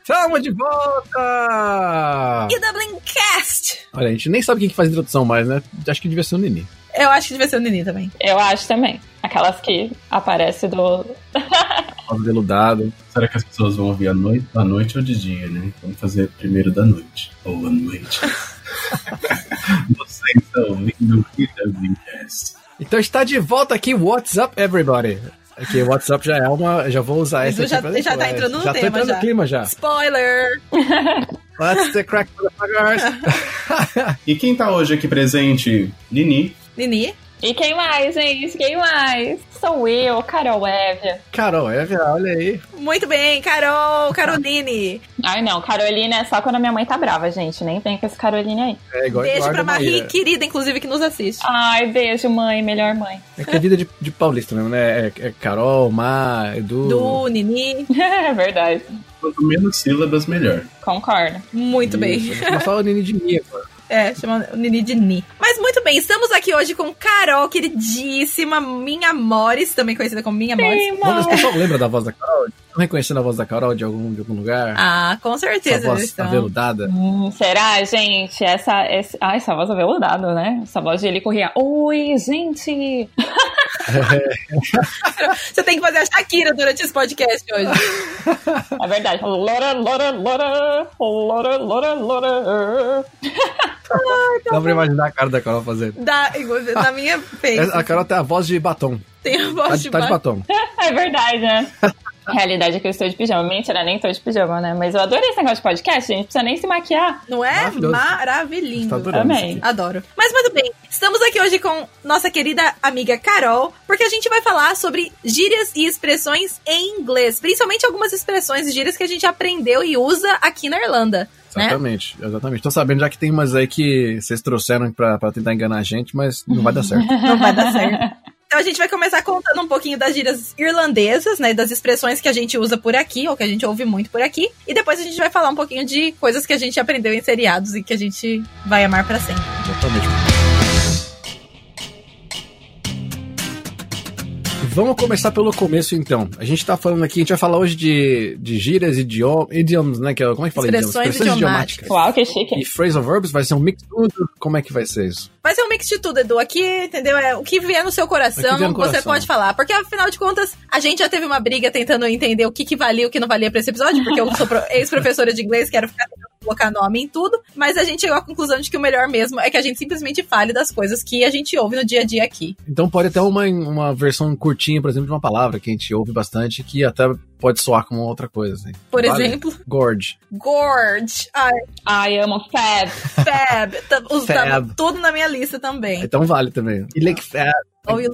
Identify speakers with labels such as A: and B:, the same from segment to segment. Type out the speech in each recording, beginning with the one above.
A: Estamos de volta!
B: E Dublin Cast!
A: Olha, a gente nem sabe quem que faz a introdução mais, né? Acho que devia ser o Nini.
B: Eu acho que devia ser o Nini também.
A: É.
C: Eu acho também. Aquelas que aparecem do.
A: Rosa Deludado.
D: Será que as pessoas vão ouvir à noite, à noite ou de dia, né? Vamos fazer primeiro da noite. Ou à noite. Vocês estão ouvindo o Doublecast.
A: Então está de volta aqui, What's Up Everybody? Aqui, WhatsApp já é uma. Já vou usar essa
B: Edu já,
A: aqui pra
B: já tá
A: depois.
B: entrando no
A: já tô
B: tema.
A: entrando no clima já.
B: Spoiler!
A: Let's the crack motherfuckers.
D: E quem tá hoje aqui presente? Nini.
B: Nini?
C: E quem mais, gente? Quem mais? Sou eu, Carol Evia.
A: Carol, é, viado, olha aí.
B: Muito bem, Carol, Caroline.
C: Ai não, Carolina é só quando a minha mãe tá brava, gente. Nem vem com esse Carolina aí.
A: É igual
B: Beijo
A: Eduardo
B: pra Marie,
A: Maíra.
B: querida, inclusive, que nos assiste.
C: Ai, beijo, mãe, melhor mãe.
A: É que é vida de, de paulista mesmo, né? É, é Carol, Mar, Edu.
B: Do Nini.
C: É verdade.
D: Quanto menos sílabas, melhor.
C: Concordo.
B: Muito bem.
A: Isso. Mas só o Nini de mim agora.
B: É, chama o Nini de Ni. Mas muito bem, estamos aqui hoje com Carol, queridíssima, minha Mores, também conhecida como minha Mores.
A: Mas O pessoal lembra da voz da Carol? Estão reconhecendo a voz da Carol de algum, de algum lugar?
B: Ah, com
A: Essa
B: certeza então.
A: voz
B: eles
A: tá
B: estão.
A: aveludada?
C: Hum, será, gente? Essa, esse... Ai, essa voz aveludada, né? Essa voz de ele corria. Oi, gente!
B: Você tem que fazer a Shakira durante esse podcast hoje.
C: É verdade. Lora, lora, lora. Lora, lora, lora.
A: Dá pra imaginar a cara da Carol fazendo.
B: Da, na minha face.
A: A Carol tem a voz de batom.
B: Tem a
A: Tá
B: É voz
A: de, tá de
B: baixo.
A: batom.
C: É verdade, né? A realidade é que eu estou de pijama. Mentira, nem estou de pijama, né? Mas eu adorei esse negócio de podcast, gente. Não precisa nem se maquiar.
B: Não é?
A: Maravilhoso. Tá
B: Maravilhoso.
A: adorando
C: Amém.
A: isso aqui.
B: Adoro. Mas muito bem, estamos aqui hoje com nossa querida amiga Carol, porque a gente vai falar sobre gírias e expressões em inglês, principalmente algumas expressões e gírias que a gente aprendeu e usa aqui na Irlanda. né?
A: Exatamente, exatamente. Tô sabendo já que tem umas aí que vocês trouxeram pra, pra tentar enganar a gente, mas não vai dar certo.
B: Não vai dar certo. Então a gente vai começar contando um pouquinho das gírias irlandesas, né? Das expressões que a gente usa por aqui, ou que a gente ouve muito por aqui. E depois a gente vai falar um pouquinho de coisas que a gente aprendeu em seriados e que a gente vai amar pra sempre.
A: Exatamente. Vamos começar pelo começo, então. A gente tá falando aqui, a gente vai falar hoje de, de gírias, idiom, idiomas, né? Que é, como é que fala idiomas?
B: Expressões idiomáticas.
C: Uau, que chique.
A: E phrasal verbs vai ser um mix tudo. Como é que vai ser isso?
B: Vai ser um mix de tudo, Edu. Aqui, entendeu? É o que vier no seu
A: O que
B: coração,
A: vier no
B: você
A: coração.
B: pode falar. Porque, afinal de contas, a gente já teve uma briga tentando entender o que, que valia e o que não valia pra esse episódio, porque eu sou pro- ex-professora de inglês, quero ficar tentando colocar nome em tudo. Mas a gente chegou à conclusão de que o melhor mesmo é que a gente simplesmente fale das coisas que a gente ouve no dia a dia aqui.
A: Então pode até uma, uma versão curtinha, por exemplo, de uma palavra que a gente ouve bastante, que até pode soar como outra coisa, assim.
B: Por
A: Vale.
B: exemplo,
A: Gorge.
B: gorge, ai,
C: Ai, amo fab.
B: fab, tá- os-
A: Fab.
B: tava tudo na minha lista também.
A: Então vale também. E like fat.
B: Ou eu-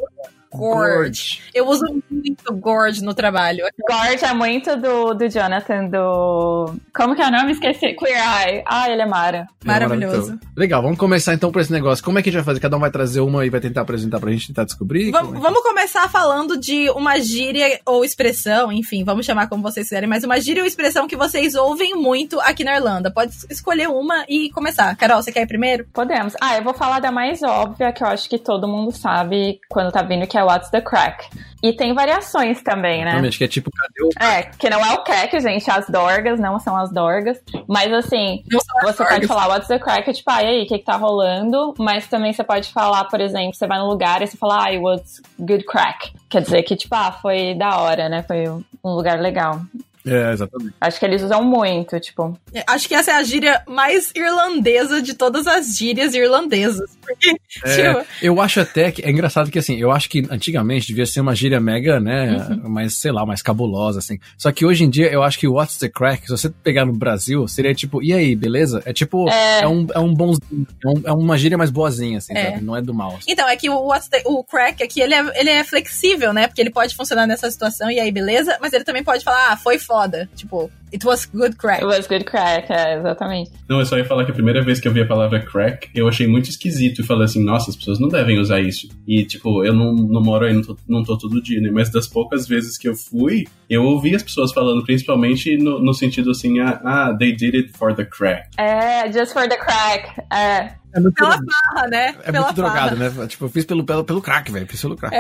B: gorge. Eu uso muito gorge no trabalho.
C: Gorge é muito do, do Jonathan, do... Como que é o nome? Esqueci. Queer Eye. Ai, ele é mara.
B: Maravilhoso.
A: Então, Legal, vamos começar então por esse negócio. Como é que a gente vai fazer? Cada um vai trazer uma e vai tentar apresentar pra gente, tentar descobrir?
B: Vam-
A: Como é que-
B: vamos começar falando de uma gíria ou expressão, enfim, vamos chamar como vocês quiserem, mas uma gíria ou expressão que vocês ouvem muito aqui na Irlanda. Pode es- escolher uma e começar. Carol, você quer ir primeiro?
C: Podemos. Ah, eu vou falar da mais óbvia, que eu acho que todo mundo sabe quando tá vindo, que é What's the Crack. E tem variações também, né?
A: Realmente, que é tipo, cadê o...
C: É, que não é o crack, gente. As dorgas não são as dorgas. Mas assim,
B: Não são as
C: você pode
B: dorgas.
C: falar what's the crack, tipo, ah, e aí, o que, que tá rolando? Mas também você pode falar, por exemplo, você vai num lugar e você fala, ai, what's good crack? Quer dizer que, tipo, ah, foi da hora, né? Foi um lugar legal.
A: É, exatamente.
C: Acho que eles usam muito, tipo.
B: É, Acho que essa é a gíria mais irlandesa de todas as gírias irlandesas. Porque,
A: É,
B: tipo,
A: eu acho até que... É engraçado que, assim, eu acho que antigamente devia ser uma gíria mega, né?
B: Uhum.
A: Mais, sei lá, mais cabulosa, assim. Só que hoje em dia, eu acho que what's the crack, se você pegar no Brasil, seria tipo, e aí, beleza? É tipo, é,
C: É.
A: um, é um bonzinho. É, um- é uma gíria mais boazinha, assim,
B: É.
A: sabe? Não é do mal. assim.
B: Então, é que o, what's the- o crack aqui, ele é, ele é flexível, né? Porque ele pode funcionar nessa situação e aí beleza, mas ele também pode falar, ah, foi foda. Tipo, it was good crack.
C: It was good crack, é, exatamente.
D: Não, eu só ia falar que a primeira vez que eu vi a palavra crack, eu achei muito esquisito e falei assim, nossa, as pessoas não devem usar isso. E, tipo, eu não, não moro aí, não tô, não tô todo dia, né? Mas das poucas vezes que eu fui, eu ouvi as pessoas falando, principalmente no, no sentido assim, ah, ah, they did it for the crack.
C: É, just for the crack. É.
A: É muito,
B: Pela farra, né?
A: é
B: Pela
A: muito
B: farra.
A: drogado, né? Tipo, eu fiz pelo, pelo, pelo crack, velho. Fiz pelo crack.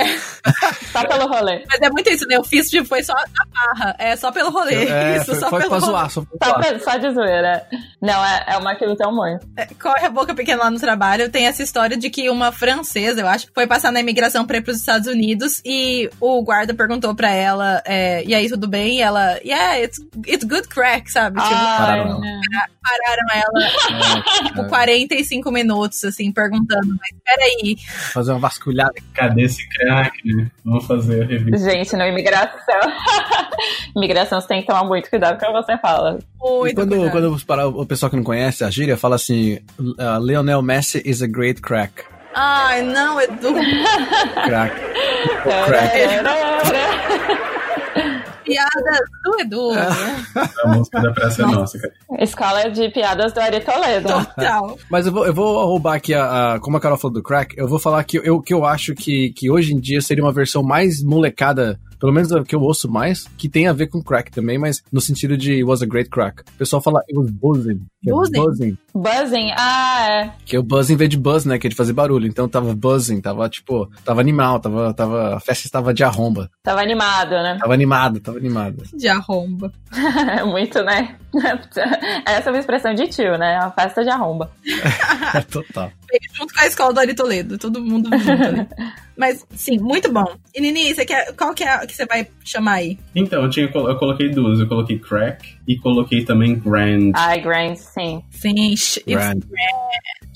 C: Só pelo rolê.
B: Mas é muito isso, né? Eu fiz, tipo, foi só a farra. É, só pelo rolê.
A: É,
B: isso,
A: foi,
B: só
A: foi
B: pelo Tá
A: pra
B: rolê.
A: zoar, só pra
C: Só,
A: zoar.
C: pra- só de zoeira. Não, é, é uma questão muito.
B: É, Corre a boca pequena lá no trabalho. Tem essa história de que uma francesa, eu acho, foi passar na imigração pra ir pros Estados Unidos e o guarda perguntou pra ela, é, e aí, tudo bem? E ela, yeah, it's, it's good crack, sabe? Tipo,
C: Ai,
A: pararam ela.
C: né?
B: pararam ela tipo,
A: É.
B: por 45 minutos, assim, perguntando, mas peraí.
A: Fazer uma vasculhada.
D: Cadê esse crack, né? Vamos fazer a revista.
C: Gente, na imigração. imigração você tem que tomar muito cuidado com o que você fala.
A: E
B: Muito
A: quando,
B: cuidado.
A: quando os para- o pessoal que não conhece a gíria fala assim: "Ah, Lionel Messi is a great crack.
B: Ai, não, Edu.
A: Crack.
B: É. Piadas do Edu. né?
D: A música da Praça é Nossa, cara.
C: Escola de piadas do Ari Toledo.
B: Total.
A: Mas eu vou, eu vou roubar aqui a, a- Como a Carol falou do crack, eu vou falar que eu, que eu acho que, que hoje em dia seria uma versão mais molecada. Pelo menos a que eu ouço mais, que tem a ver com crack também, mas no sentido de was a great crack. O pessoal fala it was buzzing. que é
B: Buzzing?
A: buzzing.
C: Buzzing, ah, é.
A: Que é o buzzing em vez de buzz, né? Que é de fazer barulho. Então tava buzzing, tava tipo, tava animal, tava, tava, a festa estava de arromba.
C: Tava animado, né?
A: Tava animada, tava animada.
B: De arromba.
C: muito, né? Essa é uma expressão de tio, né? Uma festa de arromba.
B: Ah.
A: Total.
B: Junto com a escola do Ari Toledo. Todo mundo junto ali. Mas, sim, muito bom. E Nini, você quer, qual que é a que você vai chamar aí?
D: Então, eu, tinha, col- eu coloquei duas. Eu coloquei crack e coloquei também grand.
C: Ai, grand, sim.
B: Sim, sh- it's-
A: Grand.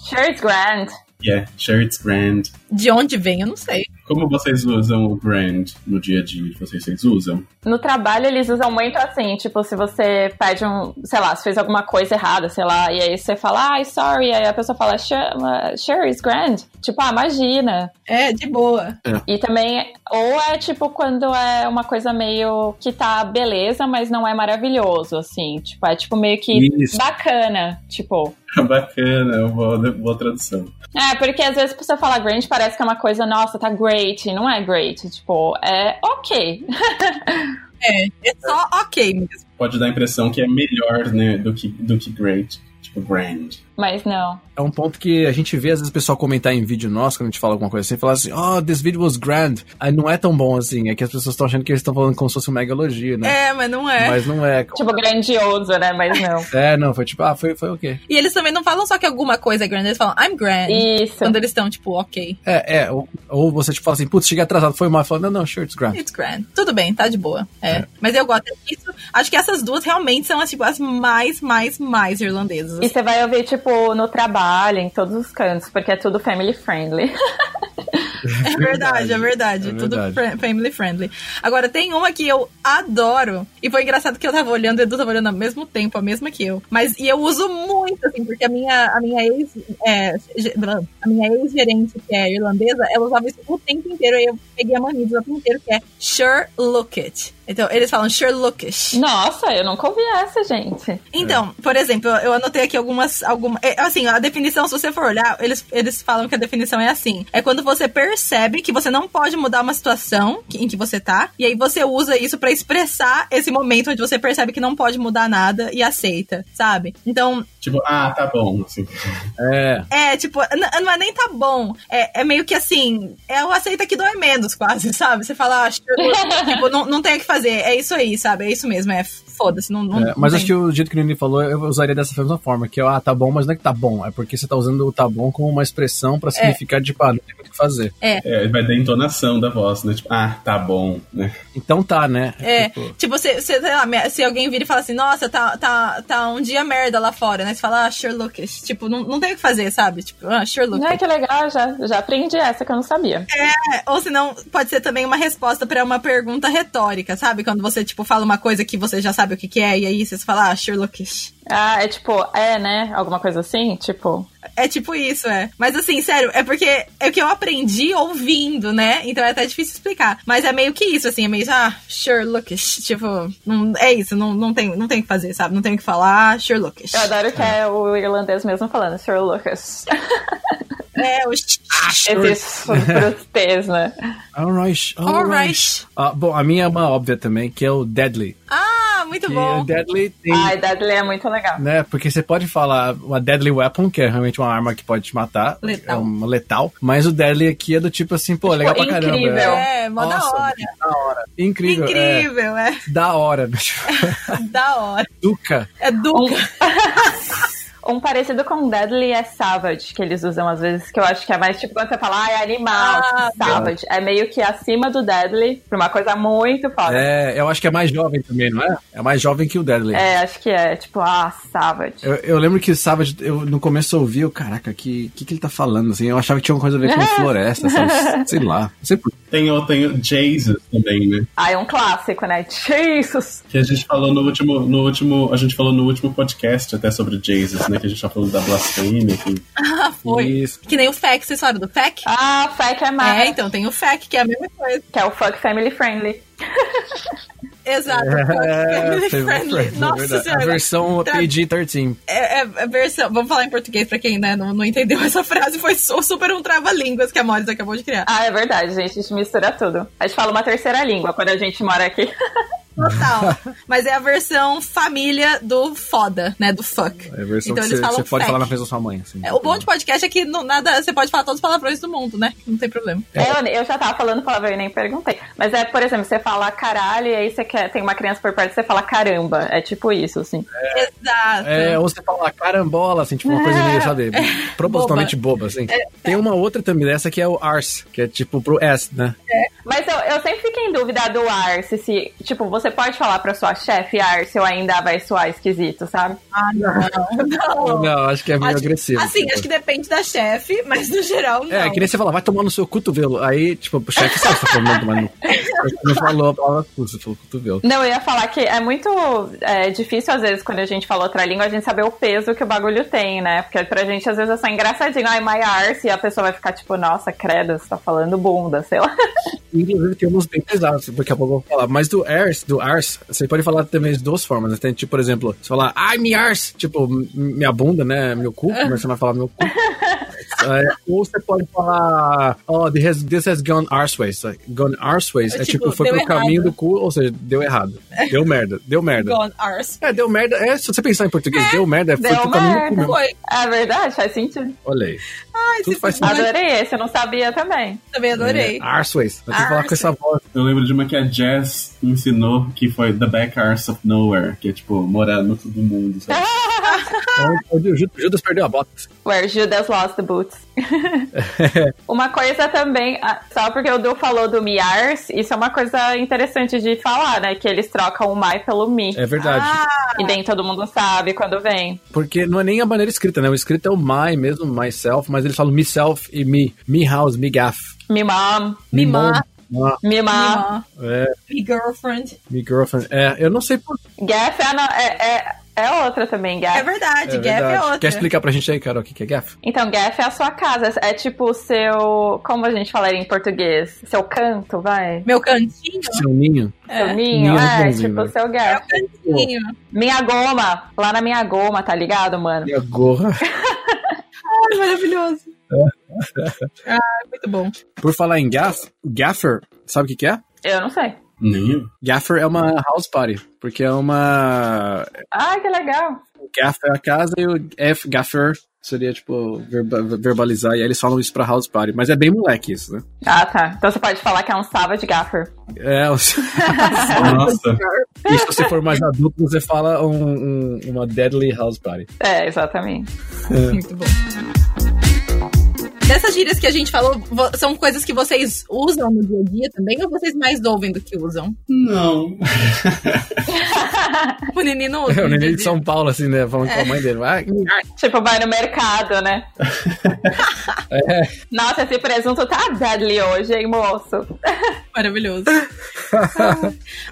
C: Shirts grand.
D: Yeah, shirts grand.
B: de onde vem? Eu não sei.
D: Como vocês usam o grand no dia a dia de vocês? Vocês usam?
C: No trabalho eles usam muito assim, tipo, se você pede um, sei lá, se fez alguma coisa errada, sei lá, e aí você fala, ai, sorry, aí a pessoa fala, chama, sure, it's grand. Tipo, ah, imagina.
B: É, de boa.
C: E também, ou é tipo quando é uma coisa meio que tá beleza, mas não é maravilhoso, assim, tipo, é tipo meio que
A: Isso.
C: bacana, tipo.
D: Bacana, boa, boa tradução.
C: É, porque às vezes pra você falar grand parece que é uma coisa, nossa, tá great, e não é great, tipo, é ok.
B: É só ok mesmo.
D: Pode dar a impressão que é melhor, né, do que, do que great. Tipo, grand.
C: mas não.
A: É um ponto que a gente vê, às vezes, o pessoal comentar em vídeo nosso, quando a gente fala alguma coisa assim, falar assim, oh, this video was grand. Aí não é tão bom assim, é que as pessoas estão achando que eles estão falando como se fosse um mega elogio, né?
B: É, mas não é.
A: Mas não é.
C: Tipo, grandioso, né? Mas não.
A: É, não, foi tipo, ah, foi, foi o quê?
B: E eles também não falam só que alguma coisa é grande, eles falam, I'm grand.
C: Isso.
B: Quando eles estão, tipo, ok,
A: É, é. Ou, ou você tipo fala assim, putz, cheguei atrasado, foi mal. Fala, não, não, sure, it's grand.
B: it's grand. Tudo bem, tá de boa. É. Mas eu gosto disso. Acho que essas duas realmente são as, tipo, as mais, mais, mais irlandesas. assim.
C: E você vai ouvir, tipo, no trabalho, em todos os cantos, porque é tudo family friendly.
B: É verdade, é verdade.
A: É
B: Tudo
A: verdade.
B: fri- family friendly. Agora, tem uma que eu adoro. E foi engraçado que eu tava olhando, o Edu tava olhando ao mesmo tempo, a mesma que eu. Mas, e eu uso muito, assim, porque a minha, a minha ex... é, ge- blá, a minha ex-gerente, que é irlandesa, ela usava isso o tempo inteiro. Aí eu peguei a mania do tempo inteiro, que é sure look it. Então, eles falam sure lookish.
C: Nossa, eu nunca ouvi essa, gente.
B: Então,
A: É.
B: por exemplo, eu- eu anotei aqui algumas. alguma, é, assim, a definição, se você for olhar, eles, eles falam que a definição é assim: é quando você percebe que você não pode mudar uma situação que- em que você tá, e aí você usa isso pra expressar esse momento onde você percebe que não pode mudar nada e aceita, sabe? Então,
D: Tipo, ah, tá bom, assim.
A: É.
B: é tipo, n- não é nem tá bom, é, é meio que assim: é o aceita que dói menos, quase, sabe? Você fala, ah, chegou, tipo, não, não tem o que fazer, é isso aí, sabe? É isso mesmo, é foda-se, não, não.
A: é. Mas
B: não
A: acho que o jeito que o Nini falou, eu usaria dessa mesma forma, que é, ah, tá bom, mas não é que tá bom, é porque você tá usando o tá bom como uma expressão
B: É.
A: pra significar, tipo, ah, não tem muito o que fazer.
D: É, vai da entonação da voz, né? Tipo, ah, tá bom, né?
A: Então tá, né?
B: É,
A: Tipo,
B: tipo, se, se, sei lá, me- se alguém vira e fala assim, nossa, tá, tá, tá um dia merda lá fora, né? Você fala, ah, Sherlockish. Tipo, não, não tem o que fazer, sabe? Tipo, ah, Sherlock.
C: Ai, que legal, já, já aprendi essa que eu não sabia.
B: É, ou senão, pode ser também uma resposta pra uma pergunta retórica, sabe? Quando você, tipo, fala uma coisa que você já sabe o que, que é, e aí você fala, ah, Sherlockish.
C: Ah, é tipo, é, né? Alguma coisa assim? Tipo,
B: É tipo isso, é. Mas assim, sério, é porque é o que eu aprendi ouvindo, né? Então é até difícil explicar. Mas é meio que isso, assim, é meio, ah, Sherlockish. Tipo, não, é isso, não, não, tem, não tem o que fazer, sabe? Não tem o que falar, "Ah, Sherlockish.
C: eu adoro que é o irlandês mesmo falando, Sir Lucas.
B: É, o
C: Esse frustez, né?
A: alright, alright.
B: Alright.
A: Ah, bom, a minha é uma óbvia também, que é o deadly.
B: Ah, muito
A: que
B: bom.
A: a Deadly tem.
C: Ai, Deadly é muito legal.
A: Né? Porque você pode falar uma deadly weapon, que é realmente uma arma que pode te matar.
B: Letal.
A: É uma letal. Mas o deadly aqui é do tipo assim, pô, legal pra caramba.
C: incrível.
A: é.
B: É, mó da
A: Nossa,
B: hora.
A: da hora. Incrível. é.
B: Incrível, é.
A: da hora.
B: Da hora.
A: Duca.
B: É Duca.
C: Um parecido com Deadly é Savage, que eles usam às vezes, que eu acho que é mais tipo quando você fala, ah, é animal,
B: Ah,
C: Savage. É meio que acima do Deadly, pra uma coisa muito foda.
A: É, eu acho que é mais jovem também, não é? É mais jovem que o Deadly.
C: É. acho que é, tipo, ah, Savage.
A: Eu, eu lembro que Savage, eu no começo eu ouvi, eu, caraca, que, que que ele tá falando, assim, eu achava que tinha uma coisa a ver com floresta, sabe? sei lá, não sei por
D: Tem, o- tem o Jesus também, né?
C: Ah, é um clássico, né? Jesus!
D: Que a gente falou no último, no último. A gente falou no último podcast até sobre Jesus, né? Que a gente tá falando da blasfêmia. Que...
B: Ah, foi.
A: Isso.
B: Que nem o FEC, vocês falaram do FEC?
C: Ah, Feck é
B: é,
C: mais,
B: então tem o FEC, que é a mesma coisa.
C: que é o Fuck Family Friendly.
B: Exato.
A: É,
B: family
A: teve-
B: friendly.
A: é
B: Nossa
A: verdade. a
B: senhora.
A: versão
B: Tra-
A: PG-13.
B: É, é- é versão. Vamos falar em português pra quem né, não, não entendeu essa frase. Foi su- super um trava-línguas que a Morris acabou de criar.
C: Ah, é verdade, gente, a gente mistura tudo. A gente fala uma terceira língua quando a gente mora aqui.
B: Total. Mas é a versão família do foda, né? Do fuck.
A: É a versão
B: Então
A: que você,
B: eles falam
A: você pode
B: fact.
A: falar na frente da sua mãe, assim.
B: É, O bom de podcast é que não- nada, você pode falar todos os palavrões do mundo, né? Não tem problema.
C: É. Eu, eu já tava falando palavrão e nem perguntei. Mas é, por exemplo, você fala caralho e aí você quer, tem uma criança por perto, você fala caramba. É tipo isso, assim.
B: Exato.
A: É, ou você fala carambola, assim, tipo uma coisa meio, sabe, propositalmente boba, assim. Tem uma outra também dessa que é o arse, que é tipo pro S, né?
C: Mas eu, eu sempre fiquei em dúvida do Arce, se, tipo, você pode falar pra sua chefe Arce ou ainda vai soar esquisito, sabe?
B: Ah, não. Não.
A: Não, acho que é meio
B: Acho-
A: agressivo.
B: Assim,
A: tipo.
B: acho que depende da chefe, mas no geral não.
A: É, que nem você falar, vai tomar no seu cotovelo. Aí, tipo, o chefe sabe que você tá falando, mas não- você não falou a palavra você falou cotovelo.
C: Não, eu ia falar que é muito é, difícil, às vezes, quando a gente fala outra língua, a gente saber o peso que o bagulho tem, né? Porque pra gente, às vezes, é só engraçadinho. Ai, my Arce, e a pessoa vai ficar tipo, nossa, credo, você tá falando bunda, sei lá.
A: Inclusive, tem uns bem pesados, daqui a pouco eu vou falar. Mas do Ars, do Ars, você pode falar também de duas formas. né? Tem, tipo, por exemplo, você falar, ai, me Ars, tipo, m- minha bunda, né? Meu cu, mas você não vai falar meu cu. É, ou você pode falar, oh, this has, this has gone arseways. Gone arseways. É,
B: É, tipo,
A: tipo, foi
B: deu
A: pro
B: errado.
A: caminho do cu, ou seja, deu errado. Deu merda, deu merda.
B: Gone arse.
A: É, deu merda. É, se você pensar em português, deu merda, foi
C: deu
A: pro caminho do cu
C: merda.
A: mesmo.
B: Foi.
C: É verdade, faz sentido.
A: Olha aí.
B: Ai,
A: Tudo
B: se
A: faz
B: faz
A: sentido.
C: Adorei esse, eu não sabia também.
B: também adorei.
A: É, Arseways. Eu tenho que falar com essa voz.
D: Eu lembro de uma que a Jazz ensinou, que foi The Back Arse of Nowhere, que é tipo, morar no todo mundo. Sabe?
A: Onde Então, o Ju- Judas perdeu a bota.
C: Where Judas lost the boots. uma coisa também, ah, só porque o Du falou do Miars, isso é uma coisa interessante de falar, né? Que eles trocam o My pelo Mi.
A: É verdade.
B: Ah,
C: E nem todo mundo sabe quando vem.
A: Porque não é nem a maneira escrita, né? O escrito é o my mesmo, myself, mas eles falam myself e me. Me house, me gaff.
C: Me mom,
A: Me
B: Me ma.
A: mom,
C: me mom.
B: Ah.
A: É,
B: Be girlfriend.
A: me girlfriend. É, eu não sei por
C: Gaff é, a no- é, é, é outra também, Gaff.
B: É verdade, Gap
A: verdade.
B: é outra.
A: Quer explicar pra gente aí, Carol, o que que é gaff?
C: então, Gaff é a sua casa. É tipo o seu. Como a gente falaria em português? Seu canto, vai.
B: Meu cantinho?
A: Seu ninho.
C: Seu
B: É.
C: ninho,
A: Ninho
C: é,
A: bonzinho,
C: tipo
A: né?
C: seu
B: É
C: Gaff.
B: o cantinho.
C: Minha goma, lá na minha goma, tá ligado, mano?
A: E a gorra.
B: Ai, maravilhoso.
A: É.
B: ah, muito bom.
A: Por falar em gaff, gaffer, sabe o que que é?
C: Eu não sei.
D: Nem eu.
A: Gaffer é uma house party, porque é uma...
C: Ai, que legal.
A: Gaff é a casa e o F, gaffer, seria, tipo, verba- verbalizar. E aí eles falam isso pra house party. Mas é bem moleque isso, né?
C: Ah, tá. Então você pode falar que é um Savage Gaffer.
A: É, os-
D: Nossa,
A: E se você for mais adulto, você fala um- um- uma Deadly House Party.
C: É, exatamente.
B: Muito bom. Dessas gírias que a gente falou, vo- são coisas que vocês usam no dia a dia também ou vocês mais ouvem do que usam?
D: não.
B: O Nini não usa.
A: É, o
B: no dia a
A: neném de
B: dia.
A: São Paulo, assim, né? Falando com a mãe dele. Ah,
C: Tipo, vai no mercado, né?
A: é.
C: Nossa, esse presunto tá deadly hoje, hein, moço?
B: Maravilhoso.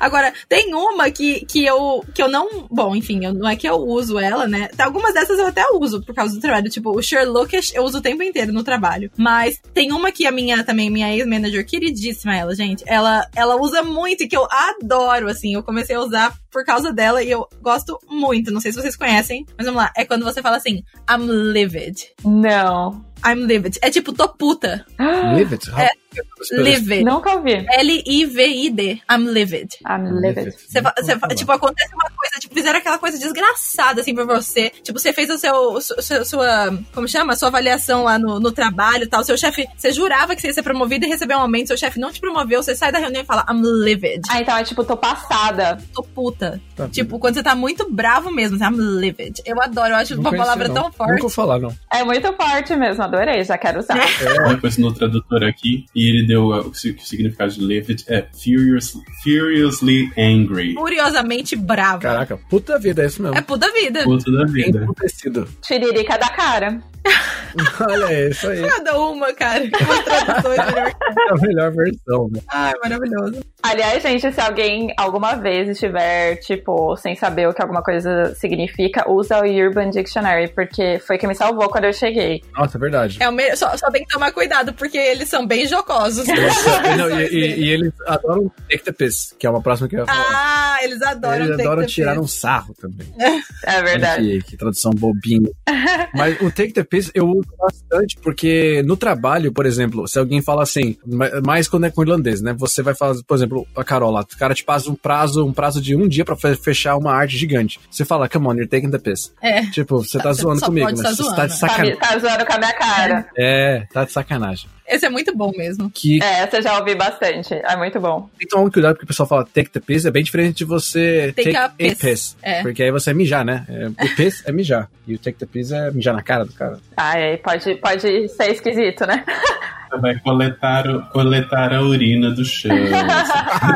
B: Agora, tem uma que, que, eu, que eu não. Bom, enfim, eu- não é que eu uso ela, né? Tá, algumas dessas eu até uso por causa do trabalho. Tipo, o Sherlock eu uso o tempo inteiro no trabalho. Mas tem uma que a minha também, minha ex-manager, queridíssima ela, gente. Ela, ela usa muito e que eu adoro, assim. Eu comecei a usar por causa dela e eu gosto muito. Não sei se vocês conhecem, mas vamos lá. É quando você fala assim, I'm livid.
C: Não.
B: I'm livid. É tipo, tô puta.
A: Livid? How-
B: Livid.
C: Nunca ouvi. Ah,
B: L-I-V-I-D. I'm livid.
C: I'm livid.
B: Você, fa- você fa-
A: Vamos lá.
B: tipo, acontece uma coisa, tipo, fizeram aquela coisa desgraçada, assim, pra você. Tipo, você fez o seu, o seu- seu- sua, como chama? Sua avaliação lá no, no trabalho e tal. Seu chefe, você jurava que você ia ser promovido e receber um aumento, seu chefe não te promoveu, você sai da reunião e fala, I'm livid.
C: Ah, então é tipo, tô passada.
B: Tô puta.
A: Tá,
B: Tipo, quando você tá muito bravo mesmo, assim, I'm livid. Eu adoro, eu acho
A: não
B: uma
A: conhecia,
B: palavra
A: não.
B: tão forte.
A: Nunca vou falar, não. É.
C: É muito forte mesmo, adorei, já quero usar.
D: Eu conheci no tradutor aqui e ele deu uh, o si- o significado de livid é furious, furiously angry.
B: Curiosamente brava.
A: Caraca, puta vida, é isso mesmo. um
B: É puta vida.
D: Puta da vida.
A: Emputecido.
C: Tiririca da cara.
A: Olha, é isso aí.
B: Cada uma, cara. Uma tradução é melhor.
A: É a melhor versão, né?
B: Ai, maravilhoso.
C: Aliás, gente, se alguém alguma vez estiver, tipo, sem saber o que alguma coisa significa, usa o Urban Dictionary, porque foi que me salvou quando eu cheguei.
A: Nossa, é verdade.
B: É o melhor. Só, só tem que tomar cuidado, porque eles são bem jocosos.
A: Não, e, e- e eles adoram um take the piss, que é uma próxima que eu ia falar.
B: Ah, eles adoram
A: eles
B: ter
A: adoram
B: que ter
A: tirar
B: peso.
A: um sarro também.
C: É verdade.
A: Olha Que, que tradução bobinha. Mas o take the piss eu uso bastante, porque no trabalho, por exemplo, se alguém fala assim, ma- mais quando é com irlandês, né? Você vai fazer, por exemplo, a Carola, o cara te passa um prazo, um prazo de um dia pra fe- fechar uma arte gigante. Você fala, come on, you're taking the piss.
B: É.
A: Tipo, você tá
B: Só-
A: zoando
B: só
A: comigo,
B: pode
A: mas
B: só
A: você
B: zoando.
A: tá de
C: Tá, me-
A: sacanagem.
C: tá zoando com a minha cara.
A: É, tá de sacanagem.
B: Esse é muito bom mesmo.
A: Que
C: É, essa eu já ouvi bastante. É muito bom.
A: tem que tomar um cuidado, porque o pessoal fala take the piss, é bem diferente de você
B: Take a piss. É.
A: Porque aí você é mijar, né? É, o piss é mijar. E o take the piss é mijar na cara do cara.
C: Ah, é, pode, pode ser esquisito, né?
D: Vai coletar, o- coletar a urina do chão.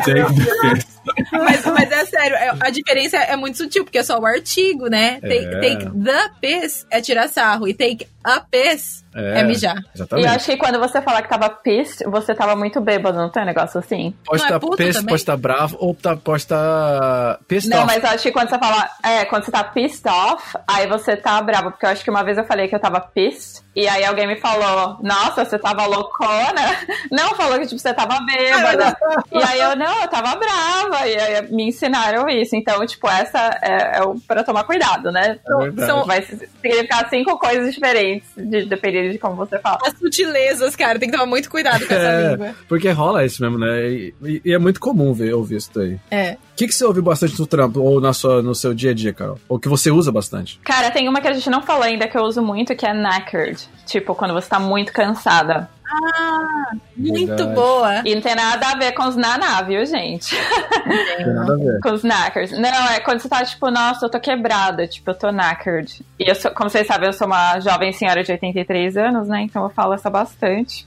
D: Take the piss.
B: Mas, mas é sério, é- a diferença é muito sutil, porque é só o artigo, né? Take,
A: É.
B: take the piss é tirar sarro. E take a piss é, mijar.
C: E
A: Exatamente.
C: eu acho que quando você fala que tava pissed, você tava muito bêbado, não tem um negócio assim?
A: Pode
B: Não, é
A: estar
B: puto
A: pes-
B: também?
A: pode estar bravo ou tá, pode estar pissed
C: Não,
A: off.
C: mas eu acho que quando você fala. É, quando você tá pissed off, aí você tá bravo. Porque eu acho que uma vez eu falei que eu tava pissed, e aí alguém me falou, nossa, você tava loucona. Não, falou que tipo, você tava bêbada. e aí eu, não, eu tava brava. E aí me ensinaram isso. Então, tipo, essa é, é o- pra tomar cuidado, né?
A: É verdade.
B: são-
C: Vai significar cinco coisas diferentes, de, dependendo de como você fala.
B: As sutilezas, cara, tem que tomar muito cuidado com essa
A: É.
B: língua.
A: Porque rola isso mesmo, né? E, e- e é muito comum ver, ouvir isso daí.
B: É.
A: O que, que você ouve bastante no trampo ou na sua, no seu dia a dia, Carol? Ou que você usa bastante?
C: Cara, tem uma que a gente não falou ainda que eu uso muito, que é knackered. Tipo, quando você tá muito cansada.
B: Ah, Muito
A: Verdade.
B: boa.
C: E não tem nada a ver com os naná, viu, gente?
A: Não
B: É.
A: tem nada a ver.
C: Com os knackers. Não, é quando você tá tipo, nossa, eu tô quebrada, tipo, eu tô knackered. E eu sou, como vocês sabem, eu sou uma jovem senhora de 83 anos, né? Então eu falo essa bastante.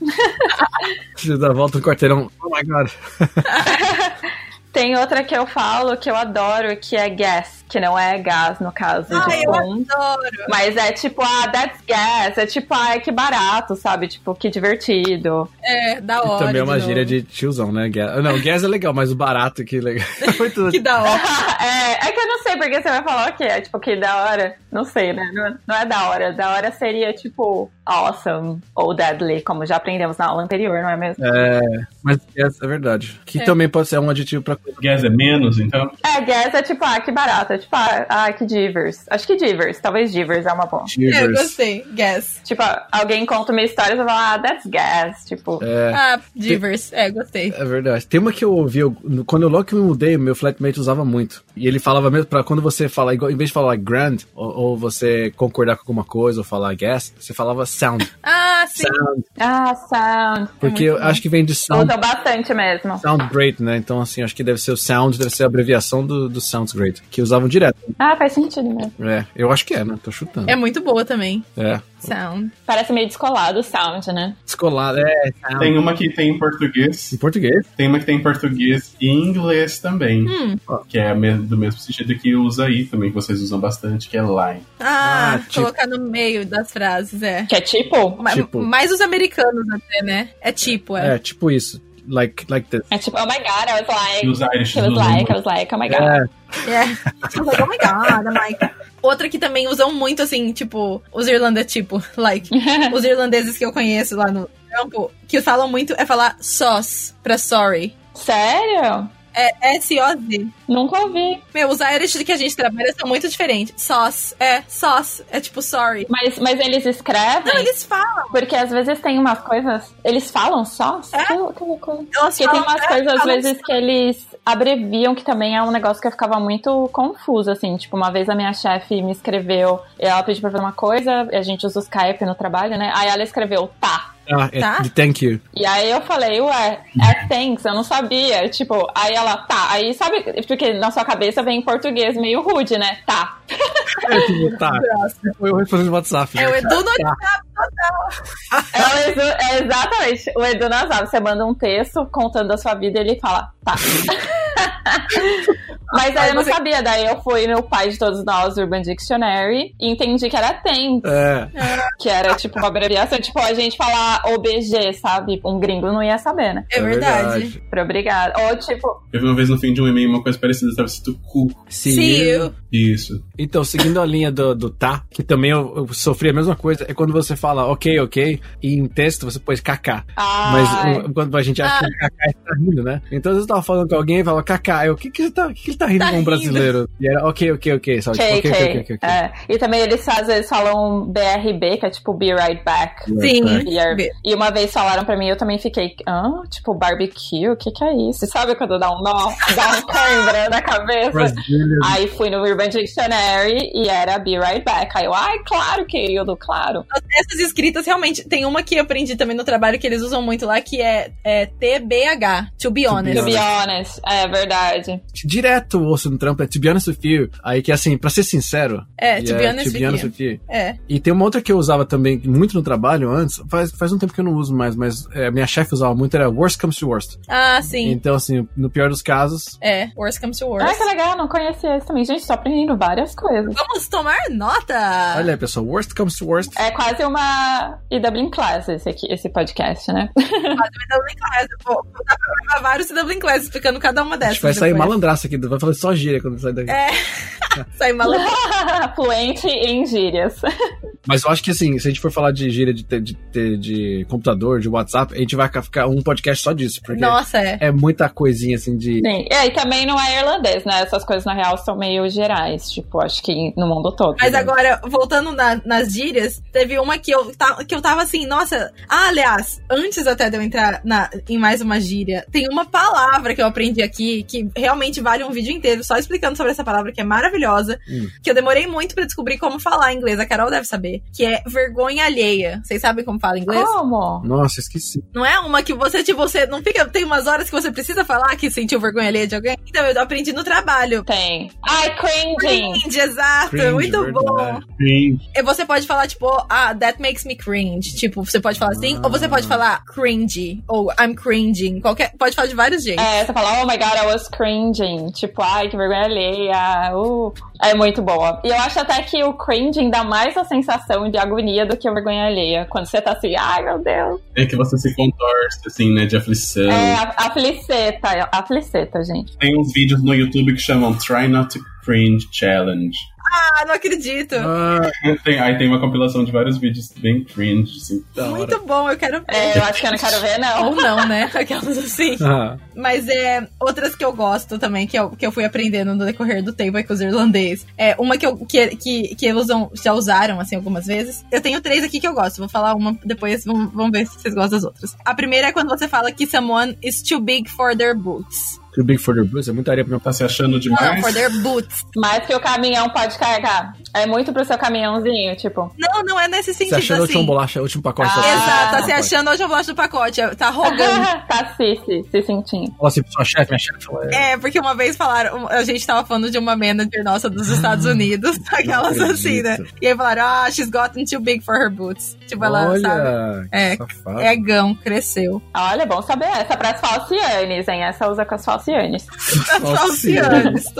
A: Você dá a volta no quarteirão. Oh my god.
C: Tem outra que eu falo que eu adoro, que é gas, que não é gás no caso
B: Ai,
C: de
B: Ah, eu
C: som.
B: adoro.
C: Mas é tipo, ah, that's gas. É tipo, ah, que barato, sabe? Tipo, que divertido.
B: É, da
A: E
B: hora.
A: também é uma
B: de novo.
A: gíria de tiozão, né? Gas. Não, gas é legal, mas o barato que legal. Muito-
B: Que da hora.
C: é, é que eu não sei porque você vai falar o quê? É tipo, que da hora? Não sei, né? Não, não é da hora. Da hora seria tipo awesome ou deadly, como já aprendemos na aula anterior, não é mesmo?
A: É, mas gas é verdade. Que
B: É.
A: também pode ser um aditivo pra coisa.
D: Gas é menos, então?
C: É, guess é tipo, ah, que barato. É tipo, ah, ah, que divers. Acho que divers. Talvez divers é uma boa.
B: É, eu
A: Cheers.
B: gostei. Guess.
C: Tipo, ah, alguém conta uma história e você fala, ah, that's gas. Tipo,
A: É.
B: Ah, divers. É, gostei.
A: É verdade. Tem uma que eu ouvi, eu- no- quando eu logo que me mudei, meu flatmate usava muito. E ele falava mesmo pra quando você falar, igual- em vez de falar grand, ou, ou você concordar com alguma coisa, ou falar gas, você falava sound.
B: Ah, sim.
A: Sound.
C: ah, sound.
A: Porque eu acho que vem de sound,
C: Usam bastante mesmo.
A: sound great, né? Então, assim, acho que deve ser o sound, deve ser a abreviação do, do sounds great, que usavam direto.
C: Ah, faz sentido mesmo.
A: É, eu acho que é, né? Tô chutando.
B: É muito boa também.
A: É.
B: Sound.
C: Parece meio descolado o sound, né?
A: Descolado, é. sound.
D: Tem uma que tem em
A: Em
D: português,
A: português?
D: tem uma que tem em português e em inglês também.
B: Hum.
D: Que é me- do mesmo sentido que usa aí também, que vocês usam bastante, que é line.
B: Ah,
A: Ah, tipo-
B: colocar no meio das frases, é.
C: Que é tipo.
B: Ma-
A: Tipo-
B: Mais os americanos até, né? É tipo, é.
A: É, tipo isso. Like, like this.
C: É tipo, oh my god, I was
D: E
C: like.
D: os Irish
C: She was
D: usam
C: like, I
D: muito.
C: was like, oh my god.
A: É,
B: É. oh my god, Mike. Outra que também usam muito, assim, tipo, os irlandeses, tipo, like, os irlandeses que eu conheço lá no campo, que falam muito é falar sós pra sorry.
C: Sério?
B: É S-O-Z.
C: Nunca ouvi.
B: Meu, os Irish que a gente trabalha são muito diferentes. Sauce, é, sauce, é tipo sorry.
C: Mas, mas eles escrevem,
B: Não, eles falam.
C: porque às vezes tem umas coisas. Eles falam só?
B: É?
C: Que, que loucura.
B: Elas
C: Porque tem
B: falam,
C: umas
B: é,
C: coisas, às
B: falam
C: vezes, que eles abreviam, que também é um negócio que eu ficava muito confusa, assim. Tipo, uma vez a minha chefe me escreveu, e ela pediu pra fazer uma coisa, e a gente usa o Skype no trabalho, né? Aí ela escreveu, tá.
A: Ah, é
B: Tá.
A: de thank you.
C: E aí eu falei, ué, é thanks, eu não sabia. Tipo, aí ela, tá. Aí sabe, porque na sua cabeça vem em português meio rude, né? Tá.
A: É, tipo, tá. Foi eu respondendo no WhatsApp.
B: É o
A: né?
B: Edu no
C: É, o Edu- é exatamente. O Edu Nazário, você manda um texto contando a sua vida e ele fala, tá. Mas aí eu não sabia, daí eu fui no pai de todos nós, Urban Dictionary, e entendi que era tem,
A: É,
C: que era tipo uma abreviação, tipo a gente falar OBG, sabe? Um gringo não ia saber, né?
B: É verdade.
C: Pra obrigada. Ou tipo,
D: Eu vi uma vez no fim de um e-mail uma coisa parecida, estava escrito cu.
A: See
B: See
A: you.
B: you.
D: Isso.
A: Então, seguindo a linha do, do tá, que também eu, eu sofri a mesma coisa, é quando você fala ok, ok, e em texto você pôs kk.
B: Ah.
A: Mas
C: ai,
A: um, quando a gente acha que o Kaká está rindo, né? Então às vezes eu tava falando com alguém e falava, Kaká, eu, o que, que, ele tá, o que que ele tá rindo
B: Tá
A: com um
B: rindo."
A: brasileiro? E era, ok, ok, ok, só tipo,
C: KK.
A: ok, ok, ok, ok. ok."
C: É. E também eles às vezes falam BRB, que é tipo Be Right Back.
B: Sim.
C: BRB. E uma vez falaram pra mim, eu também fiquei, hã? Tipo, barbecue? O que que é isso? Sabe quando dá um nó, dá um cãibra na cabeça?
A: Brasileiro.
C: Aí fui no Urban Dictionary e era Be Right Back. Aí eu, ai, claro, querido, claro.
B: Essas escritas realmente. Tem uma que eu aprendi também no trabalho que eles usam muito lá, que é, é TBH, to be honest.
C: To be honest, é verdade.
A: Direto o osso no trampo, é Tibiano Sufio. Aí que assim, pra ser sincero,
B: É, to be honest
A: Tibiano
B: with you.
A: Sufio.
B: É.
A: E tem uma outra que eu usava também muito no trabalho antes, faz, faz um tempo que eu não uso mais, mas é, minha chefe usava muito, era worst comes to worst.
B: Ah, sim.
A: Então, assim, no pior dos casos,
B: É, worst comes to
C: Ah,
B: worst.
C: que legal, não conhecia esse também. Gente, tô aprendendo várias coisas.
B: Vamos tomar nota!
A: olha aí, pessoal, worst comes to worst.
C: É quase uma EW Class esse, aqui, esse podcast, né?
B: Dublin Class. Eu Vou vou dar pra gravar vários Dublin Class explicando cada uma
A: A
B: dessas.
A: gente vai sair
B: depois.
A: malandraça aqui, vai falar só gíria quando sair
B: É.
A: daqui.
B: Sair malandro.
C: Fluente em gírias.
A: Mas eu acho que assim, se a gente for falar de gíria de, te- de, te- de computador, de WhatsApp, a gente vai ca- ficar um podcast só disso, porque
B: Nossa, é.
A: é muita coisinha assim de.
C: Sim. É, E também não é irlandês, né? Essas coisas, na real, são meio gerais. Tipo, acho que no mundo todo.
B: Mas é agora, voltando na- nas gírias, teve uma que eu, ta- que eu tava assim, nossa. Ah, aliás, antes até de eu entrar na- em mais uma gíria, tem uma palavra que eu aprendi aqui que realmente vale um vídeo inteiro só explicando sobre essa palavra que é maravilhosa,
A: Hum.
B: que eu demorei muito pra descobrir como falar em inglês. A Carol deve saber, que é vergonha alheia. Vocês sabem como fala em inglês?
C: Como?
A: Nossa, esqueci.
B: Não é uma que você, tipo, você não fica. Tem umas horas que você precisa falar que sentiu vergonha alheia de alguém? Então eu aprendi no trabalho.
C: Tem. Ai, cringing.
B: Cringe, exato,
A: Cringe,
B: muito bom.
A: verdade.
D: Sim.
B: E você pode falar, tipo, ah, that makes me cringe. Tipo, você pode falar assim, ou você pode falar cringe, ou I'm cringing, qualquer. Pode falar de vários jeitos.
C: É, você fala, oh my god, I was cringing. Tipo, ai, que vergonha alheia. Uh. É muito boa. E eu acho até que o cringing dá mais a sensação de agonia do que a vergonha alheia. Quando você tá assim, ai meu Deus.
D: É que você se contorce, assim, né, de aflição.
C: É, a, a fliceta. A fliceta, gente.
D: Tem uns vídeos no YouTube que chamam Try Not to Cringe Challenge.
B: Ah, não acredito.
A: Ah,
D: Tem- aí tem uma compilação de vários vídeos bem cringe, assim.
A: da hora.
B: Muito bom, eu quero ver.
C: É, eu acho que eu não quero ver, não.
B: Ou não, né? Aquelas assim.
A: Ah,
B: Mas é outras que eu gosto também, que eu, que eu fui aprendendo no decorrer do tempo aí com os irlandês. É, uma que, eu, que, que, que eles usam, já usaram, assim, algumas vezes. Eu tenho três aqui que eu gosto. Vou falar uma, depois vamos, vamos ver se vocês gostam das outras. A primeira é quando você fala que someone is too big for their boots.
A: Too Big for the Blues é muita areia pra meu
D: Tá se achando
B: Não,
D: demais?
B: for their boots.
C: Mais que o caminhão pode carregar. É muito pro seu caminhãozinho, tipo.
B: Não, não é nesse
A: Você
B: sentido,
A: achando um o
B: assim.
A: último bolacha, o último pacote.
C: Ah,
A: só-
B: Exato, tá
A: só-
B: se achando hoje eu gosto do pacote. é, Tá rogando.
C: tá se, se, se sentindo.
A: Fala assim, sua chefe, minha chefe. ela é-
B: É, porque uma vez falaram, a gente tava falando de uma manager nossa dos Estados Unidos, aquelas
A: Ah, acredito.
B: assim, né? E aí falaram, ah, she's gotten too big for her boots. Tipo, ela, sabe?
A: Olha,
B: É,
A: safado.
B: é gão, cresceu.
C: Olha, é bom saber essa pras falcianes, hein? Essa usa com as falcianes.
B: Falcianes, Tá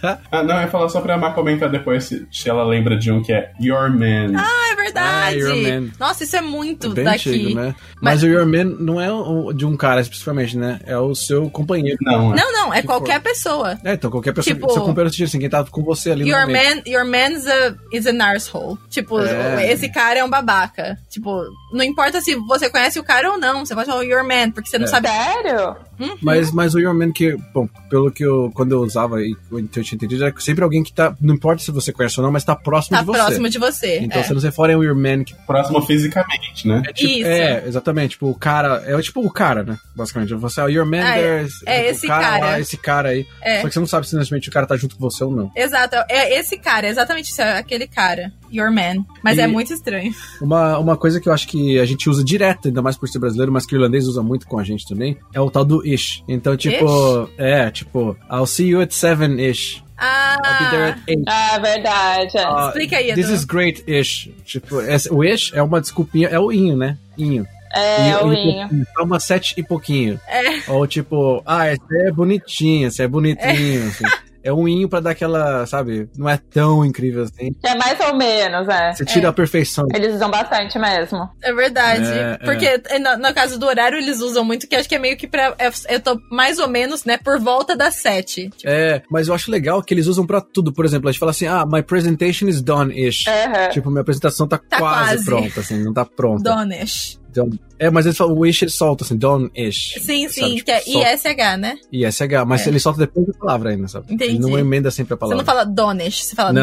B: total.
D: Ah, não, eu ia falar só pra Mar comentar depois se, se ela lembra de um que é Your Man.
B: Ah, é verdade.
A: Ah, Iron Man.
B: nossa, isso é muito
A: Bem
B: daqui.
A: antigo, né?
B: Mas-
A: Mas o Your Man não é o- de um cara especificamente, né? É o seu companheiro.
D: Não, é.
B: Não, não, é
A: Que
B: qualquer pessoa.
A: É, então qualquer pessoa.
B: Tipo-
A: seu companheiro de tiro, assim, quem tá com você ali no
B: Your
A: momento.
B: man, your man's a, is an arsehole. Tipo,
A: É.
B: esse cara é um babaca. Tipo, não importa se você conhece o cara ou não, você pode falar "Oh, your man, porque você não
A: É.
B: sabe
C: Sério?
A: Mas, mas o Your Man que, bom, pelo que eu, quando eu usava e eu tinha entendido, era sempre alguém que tá, não importa se você conhece ou não, mas tá próximo
B: Tá
A: de você.
B: próximo de você.
A: Então
B: é.
A: se você for é um Your Man que
D: Próximo fisicamente, né?
A: é tipo,
B: Isso.
A: é, exatamente, tipo, o cara, é tipo o cara, né, basicamente, você é o Your Man
B: Ah, é.
A: there,
B: É
A: tipo,
B: esse
A: o cara,
B: cara.
A: Lá, esse cara aí,
B: É.
A: só que você não sabe se simplesmente o cara tá junto com você ou não.
B: Exato, é esse cara, exatamente isso, é aquele cara, Your Man. Mas
A: E-
B: é muito estranho.
A: Uma, uma coisa que eu acho que a gente usa direto, ainda mais por ser brasileiro, mas que o irlandês usa muito com a gente também, é o tal do ish. Então, tipo, é, tipo, I'll see you at seven ish. I'll be there
B: Ah,
A: at eight.
C: Ah, verdade. é.
A: Ah,
B: explica aí, Edu.
A: This is great ish. Tipo, essa- o ish é uma desculpinha, é o inho, né? Inho.
C: é,
A: Inho,
C: o
A: inho
C: Inho.
A: pouquinho. Tá uma sete e pouquinho.
B: É.
A: Ou tipo, ah, você é bonitinha, você é bonitinho. assim. É um inho pra dar aquela, sabe? Não é tão incrível assim.
C: É mais ou menos, é.
A: Você tira a perfeição.
C: Eles usam bastante mesmo.
B: É verdade.
A: É,
B: porque eh, no, no caso do horário eles usam muito, que acho que é meio que pra. é- Eu tô mais ou menos, né, por volta das sete. Tipo,
A: É, mas eu acho legal que eles usam pra tudo. Por exemplo, a gente fala assim, ah, my presentation is done-ish.
C: Aham.
A: Tipo, minha apresentação tá,
B: Tá quase.
A: quase, pronta, assim, não tá pronta.
B: Donish.
A: Então, é, mas eles falam, o ish eles soltam, assim, done-ish.
B: Sim, sim,
A: Sabe,
B: que é
A: tipo, solta.
B: ISH, né?
A: ISH, mas
B: É.
A: ele solta depois da palavra ainda, sabe?
B: Entendi.
A: Ele não emenda sempre a
B: Você
A: palavra.
B: não fala Donish, você fala
A: Não.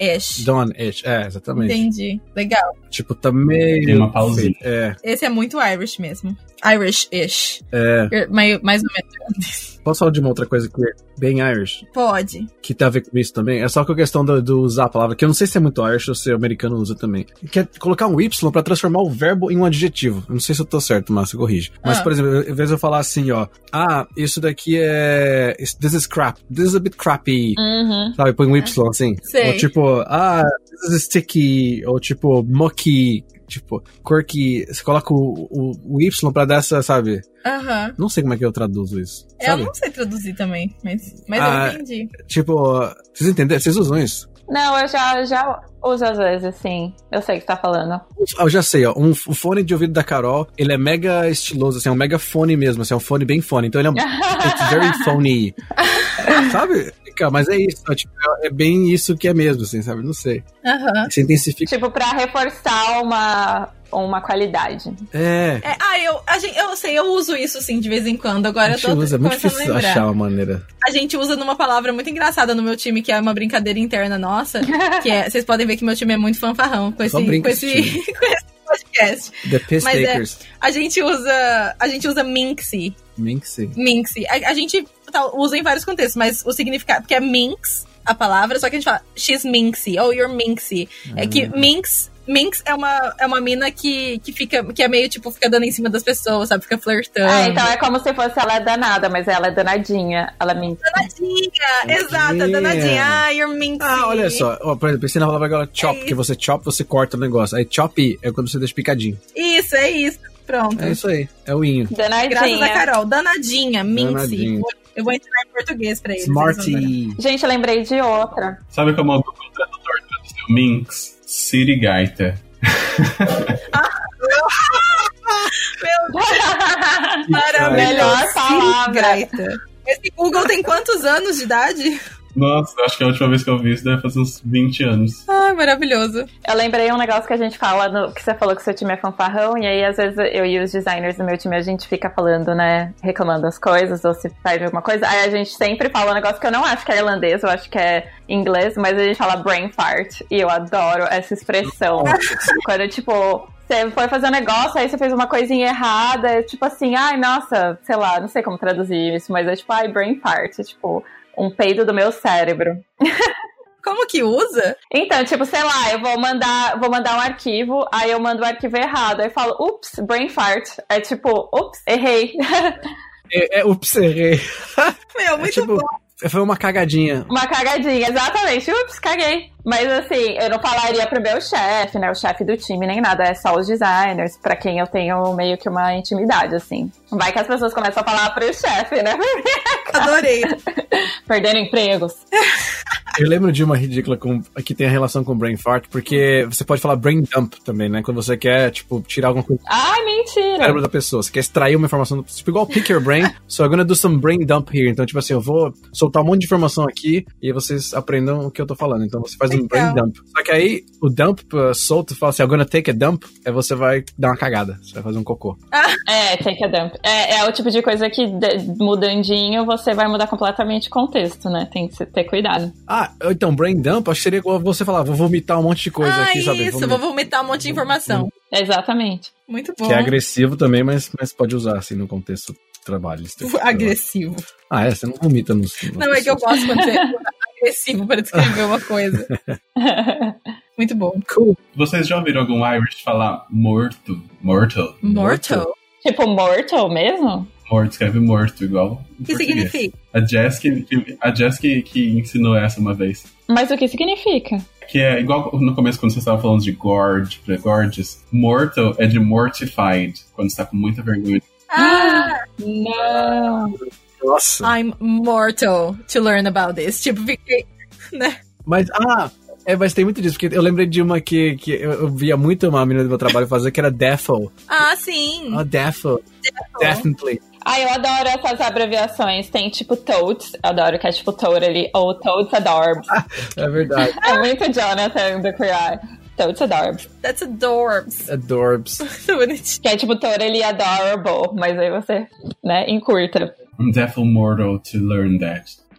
B: Donish.
A: Done-ish, é, exatamente.
B: Entendi. Legal.
A: Tipo, tá meio...
D: Tem uma pausinha.
A: É,
B: Esse é muito Irish mesmo. Irish-ish.
A: é.
B: Mais, mais ou menos.
A: Posso falar de uma outra coisa que é bem Irish,
B: Pode.
A: que tem a ver com isso também? É só com a questão do, do usar a palavra, que eu não sei se é muito Irish ou se o americano usa também. Que é colocar um Y pra transformar o verbo em um adjetivo. Eu não sei se eu tô certo, mas corrige. Mas,
B: Ah.
A: por exemplo, em vez de eu falar assim, ó, ah, isso daqui é. This is crap. This is a bit crappy.
C: Uhum.
A: Sabe, põe um Y assim.
B: Ah. Sei.
A: Ou tipo, ah, this is sticky. Ou tipo, mucky. Tipo, quirky. Você coloca o, o, o Y pra dar essa, sabe?
B: Aham. É,
A: Não sei como é que eu traduzo isso.
B: Eu
A: Sabe?
B: não sei traduzir também, mas, mas
A: Ah,
B: eu entendi.
A: Tipo, vocês entenderam? Vocês usam isso?
C: Não, eu já, já uso às vezes, sim. Eu sei o que você tá falando.
A: Ah, eu já sei, ó. Um, f- o fone de ouvido da Carol, ele é mega estiloso, assim, é um mega fone mesmo, assim, é um fone bem fone. Então ele é um. It's very phony. sabe? Cara, mas é isso, ó, tipo, é- é bem isso que é mesmo, assim, sabe? Não sei.
B: Aham.
A: Se intensifica.
C: tipo, pra reforçar uma, uma qualidade.
A: É.
B: É, ah, eu, a gente, eu sei, eu uso isso sim de vez em quando.
A: A
B: Agora eu
A: gente
B: tô
A: usa, é muito
B: começando a
A: difícil
B: lembrar.
A: achar uma maneira.
B: A gente usa numa palavra muito engraçada no meu time, que é uma brincadeira interna nossa. que é, vocês podem ver que meu time é muito fanfarrão com esse,
A: Só brinca
B: com
A: esse
B: esse, com esse podcast.
A: The Piss
B: Mas é-
A: Takers.
B: A gente usa. A gente usa minxie.
A: Minxie.
B: Minxie. A, a gente tá, usa em vários contextos, mas o significado, porque é minx a palavra, só que a gente fala she's minxie, ou you're minxie. É que
A: Hum.
B: minx. Minx é uma, é uma mina que, que fica que é meio tipo, fica dando em cima das pessoas, sabe? Fica flirtando.
C: É, então é como se fosse ela é danada, mas ela é danadinha. Ela me.
B: Danadinha, exata,
A: Danadinha.
B: danadinha. Ah, you're minxie.
A: Ah, olha só. Ó, por exemplo, pensei na palavra agora chop,
B: É
A: que você chop, você corta o negócio. Aí chop é quando você deixa picadinho.
B: Isso, é isso. Pronto.
A: É isso aí. É o inho.
B: Graças a
C: Danadinha.
B: Carol. Danadinha, minxie.
A: Danadinha.
B: Eu vou entrar em português pra eles. eles vão adorar.
A: Smarty.
C: Gente, eu lembrei de outra.
D: Sabe como o Google Tradutor traduziu Minx? Siri Gaita.
B: Maravilhoso.
C: Melhor palavra.
B: Gaita. Esse Google tem quantos anos de idade?
D: Nossa, acho que a última vez que eu vi isso deve fazer uns 20 anos.
B: Ai, maravilhoso.
C: Eu lembrei um negócio que a gente fala, no- que você falou que seu time é fanfarrão, e aí às vezes eu e os designers do meu time a gente fica falando, né, reclamando as coisas, ou se perde alguma coisa. Aí a gente sempre fala um negócio que eu não acho que é irlandês, eu acho que é inglês, mas a gente fala brain fart, e eu adoro essa expressão. Quando, tipo, você foi fazer um negócio, aí você fez uma coisinha errada, é tipo assim, ai, nossa, sei lá, não sei como traduzir isso, mas é tipo, ai, brain fart, é tipo, um peido do meu cérebro.
B: Como que usa?
C: Então, tipo, sei lá, eu vou mandar, vou mandar um arquivo, aí eu mando o arquivo errado, aí eu falo, ups, brain fart. É tipo, ups, errei.
A: É, é, ups, errei.
B: Meu,
A: É
B: muito
A: tipo,
B: bom.
A: Foi uma cagadinha.
C: Uma cagadinha, exatamente. Ups, caguei. Mas assim, eu não falaria pro meu chefe, né? O chefe do time, nem nada. É só os designers, pra quem eu tenho meio que uma intimidade, assim. Vai que as pessoas começam a falar pro chefe, né?
B: Adorei.
C: Perdendo empregos.
A: Eu lembro de uma ridícula com, que tem a relação com brain fart, porque você pode falar brain dump também, né? Quando você quer, tipo, tirar alguma coisa
C: Ai,
A: do cérebro
C: mentira!
A: da pessoa. Você quer extrair uma informação, do- tipo, igual pick your brain. so I'm gonna do some brain dump here. Então, tipo assim, eu vou soltar um monte de informação aqui e vocês aprendam o que eu tô falando. Então você faz um brain
B: Legal.
A: dump. Só que aí, o dump uh, solto, fala assim, I'm gonna take a dump, aí você vai dar uma cagada. Você vai fazer um cocô.
C: É, take a dump. É, é o tipo de coisa que, de- mudandinho, você vai mudar completamente o contexto, né? Tem que se- ter cuidado.
A: Ah, então, brain dump, acho que seria igual você falar, vou vomitar um monte de coisa
B: ah,
A: aqui, sabe? Hum.
B: isso, vou vomitar um monte de informação.
C: Exatamente.
B: Muito bom.
A: Que é agressivo também, mas, mas pode usar, assim, no contexto do trabalho. isso tem que-
B: Agressivo.
A: Ah, é, você não vomita nos... nas
B: Não, é que eu
A: pessoas.
B: gosto quando você usa agressivo para descrever uma coisa. Muito bom.
D: Vocês já ouviram algum Irish falar morto? Mortal?
B: Mortal?
C: tipo, mortal mesmo?
D: Morto, escreve morto, igual.
B: O que significa?
D: A Jess, que, que- a Jess que, que ensinou essa uma vez.
C: Mas o que significa?
D: Que é igual no começo, quando você estava falando de gorge, de gorges. Mortal é de mortified, quando está com muita vergonha.
B: Ah,
C: Não!
A: Nossa.
B: I'm mortal to learn about this. Tipo, fiquei. né?
A: Mas, ah, é, mas tem muito disso, porque eu lembrei de uma que, que eu, eu via muito uma menina do meu trabalho fazer, que era Daffle.
B: Ah, sim.
A: Ah, Daffle. Definitely.
C: Ah, eu adoro essas abreviações. Tem tipo Toads, adoro que é tipo Totally, ou Toads Adorbs.
A: É verdade.
C: É muito Jonathan do Queer Eye. Toads Adorbs.
B: That's
A: É
B: adorbs.
A: Adorbs.
B: Muito bonitinho.
C: Que é tipo Totally Adorable, mas aí você, né, encurta.
D: I'm definitely mortal to learn that.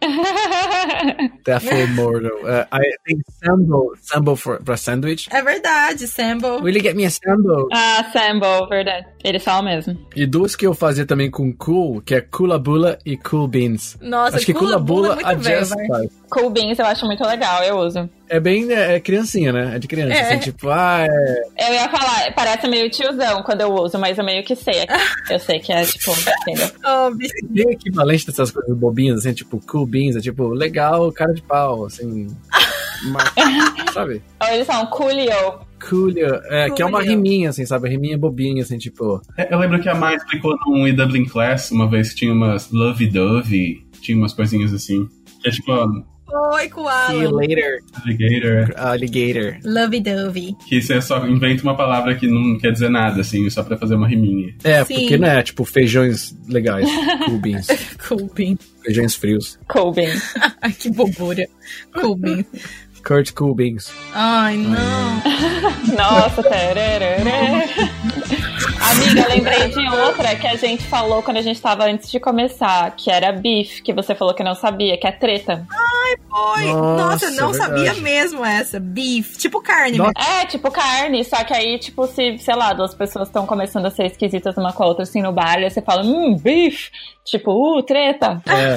A: Daffle Mortal. É, aí tem Sambo. Sambo for, pra sandwich.
B: É verdade, Sambo.
A: Will you get me a Sambo?
C: ah, Sambo, verdade. Eles falam mesmo.
A: E duas que eu fazia também com cool, que é Kula Bula e Cool Beans.
B: Nossa,
A: Acho que Kula Bula
B: é
A: a
B: muito velho,
A: Jess
B: vai.
A: faz.
C: Cool Beans eu acho muito legal, eu uso.
A: É bem né, é criancinha, né? É de criança.
B: É.
A: Assim, tipo, ah, é.
C: Eu ia falar, parece meio tiozão quando eu uso, mas eu meio que sei. Eu sei que é tipo, entendeu?
B: Oh, bicho.
A: Tem o equivalente dessas coisas bobinhas, assim, tipo, cool beans, é tipo, legal, cara de pau, assim. uma- sabe?
C: Ou eles falam coolio.
A: Coolio, é, que é uma
B: Coolio.
A: riminha, assim, sabe? Riminha bobinha, assim, tipo.
D: É, Eu lembro que a Mai explicou num EW Class uma vez que tinha umas Love Dove, tinha umas coisinhas assim. Que é tipo um,
B: Oi,
A: See you
B: Koala.
A: later,
D: alligator,
A: alligator.
B: Lovey dovey.
D: que você só inventa uma palavra que não quer dizer nada, assim, só pra fazer uma riminha.
A: É,
B: Sim.
A: porque, né? Tipo, feijões legais. cool beans.
B: Cool bean.
A: Feijões frios.
C: Cool Beans.
B: Ai, que bobura. Cool bean.
A: Kurt Cool Beans.
B: Ai, não.
C: Nossa, tararara. Amiga, eu lembrei de outra que a gente falou quando a gente tava antes de começar, que era beef, que você falou que não sabia, que é treta.
B: Oi.
A: Nossa,
B: Nossa, não
A: verdade.
B: sabia mesmo essa. Beef. Tipo carne.
A: Nossa.
C: É, tipo carne, só que aí, tipo, se, sei lá, duas pessoas estão começando a ser esquisitas uma com a outra, assim, no bar, aí você fala, hum, beef, tipo, uh, treta.
A: É.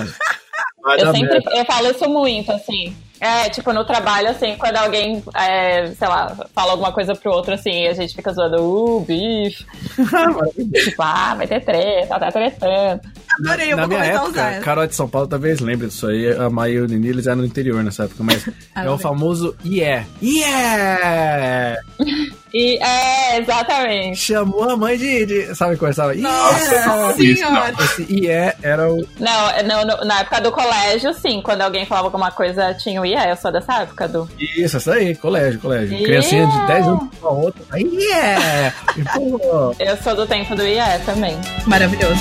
A: Vai
C: Eu
A: dar
C: sempre
A: merda.
C: eu falo isso muito, assim. É, tipo, no trabalho, assim, quando alguém, é, sei lá, fala alguma coisa pro outro, assim, a gente fica zoando, uh, bicho. tipo, ah, vai ter treta, tá tretando.
B: mesmo. Adorei, eu
A: Na
B: vou
A: minha
B: começar a
A: época,
B: usar
A: a
B: essa.
A: Carol de São Paulo talvez lembre disso aí. A Maia e o Nini, eles eram no interior nessa época,
B: Ah,
A: mas é o
B: Adorei.
A: famoso yeah. Yeah!
C: E, é, exatamente.
A: Chamou a mãe de. de- sabe qual é? Sabe?
B: Nossa
A: Yeah!
B: senhora.
A: Esse yeah era o.
C: Não, é, não, no- na época do colégio, sim, quando alguém falava alguma coisa, tinha o IE, eu sou dessa época do...
A: Isso, isso aí, colégio, colégio.
C: Yeah!
A: Criancinha de 10 anos com a outra. aí, Yeah! E, pô,
C: Eu sou do tempo do IE também.
B: Maravilhoso.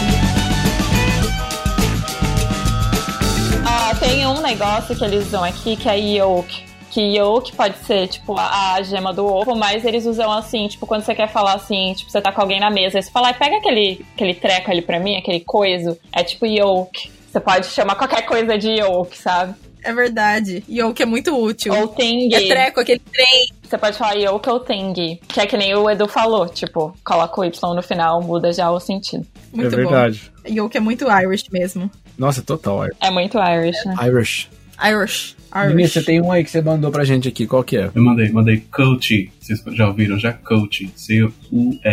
C: Ah, tem um negócio que eles usam aqui que é yolk. Que yolk pode ser, tipo, a, a gema do ovo, mas eles usam assim, tipo, quando você quer falar assim, tipo, você tá com alguém na mesa, aí você fala, "Ai, pega aquele, aquele treco ali pra mim, aquele coiso. É tipo yolk. Você pode chamar qualquer coisa de yolk, sabe?
B: É verdade. E o que é muito útil.
C: Ou tengue.
B: É treco, aquele trem.
C: Você pode falar yolk ou tengue. Que é que nem o Edu falou, tipo, coloca o Y no final, muda já o sentido.
A: é
B: Muito bom.
A: verdade.
B: E o que é muito Irish mesmo.
A: Nossa, total.
C: É muito Irish, né?
A: Irish.
B: Irish.
A: Nini,
B: Irish.
A: você tem um aí que você mandou pra gente aqui. Qual que é?
D: Eu mandei, mandei coach, vocês já ouviram já? Coach, C-U-L-C-H-I-E.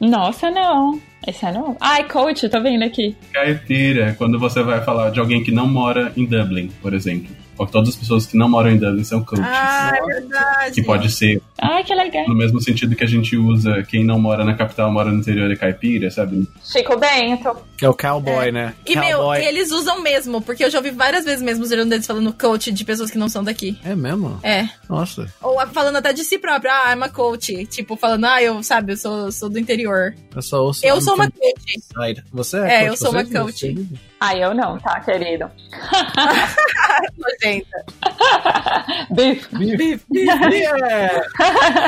C: Nossa, não. Esse é não. Ai, coach, tô vendo aqui.
D: Caipira, é quando você vai falar de alguém que não mora em Dublin, por exemplo. Ou todas as pessoas que não moram em Dublin são coaches.
B: Ah, é verdade.
D: que pode ser
E: Ah, que legal.
D: No mesmo sentido que a gente usa quem não mora na capital, mora no interior e caipira, sabe?
C: Chico Bento.
A: Que é o cowboy, né?
B: E, meu,
A: cowboy.
B: eles usam mesmo, porque eu já ouvi várias vezes mesmo os irlandeses falando coach de pessoas que não são daqui.
A: É mesmo?
B: É.
A: Nossa.
B: Ou a- falando até de si próprio, ah, I'm a coach. Tipo, falando, ah, eu, sabe, eu sou, sou do interior.
A: Eu só ouço.
B: Eu sou uma coach.
A: Side. Você
B: É,
A: é,
B: eu sou uma
A: Você é
B: coach.
A: Você
C: Ah, eu não, tá, querido.
B: Nojenta.
C: Bife.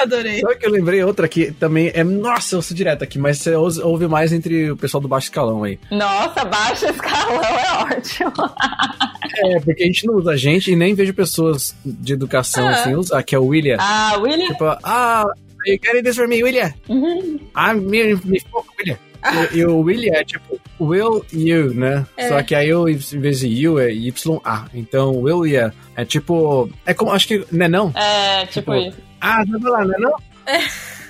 B: Adorei.
A: Só é. que eu lembrei outra que também é. Nossa, eu sou direto aqui, mas você ouve ouve mais entre o pessoal do baixo escalão aí.
C: Nossa, baixo escalão é ótimo.
A: É, porque a gente não usa a gente e nem vejo pessoas de educação
B: Ah.
A: assim usar, que é o William.
C: Ah, William.
A: Tipo, ah, you gotta do this for me, William.
B: Uhum.
A: Ah, me, me foca, William. E, e o William é tipo, will you, né?
B: Ah. É.
A: Só que aí eu, em vez de you, é YA. Então, will you é tipo. É como, acho que. Não é não?
C: É, tipo
A: Tipo,
C: isso.
A: Ah, vai lá, não é não?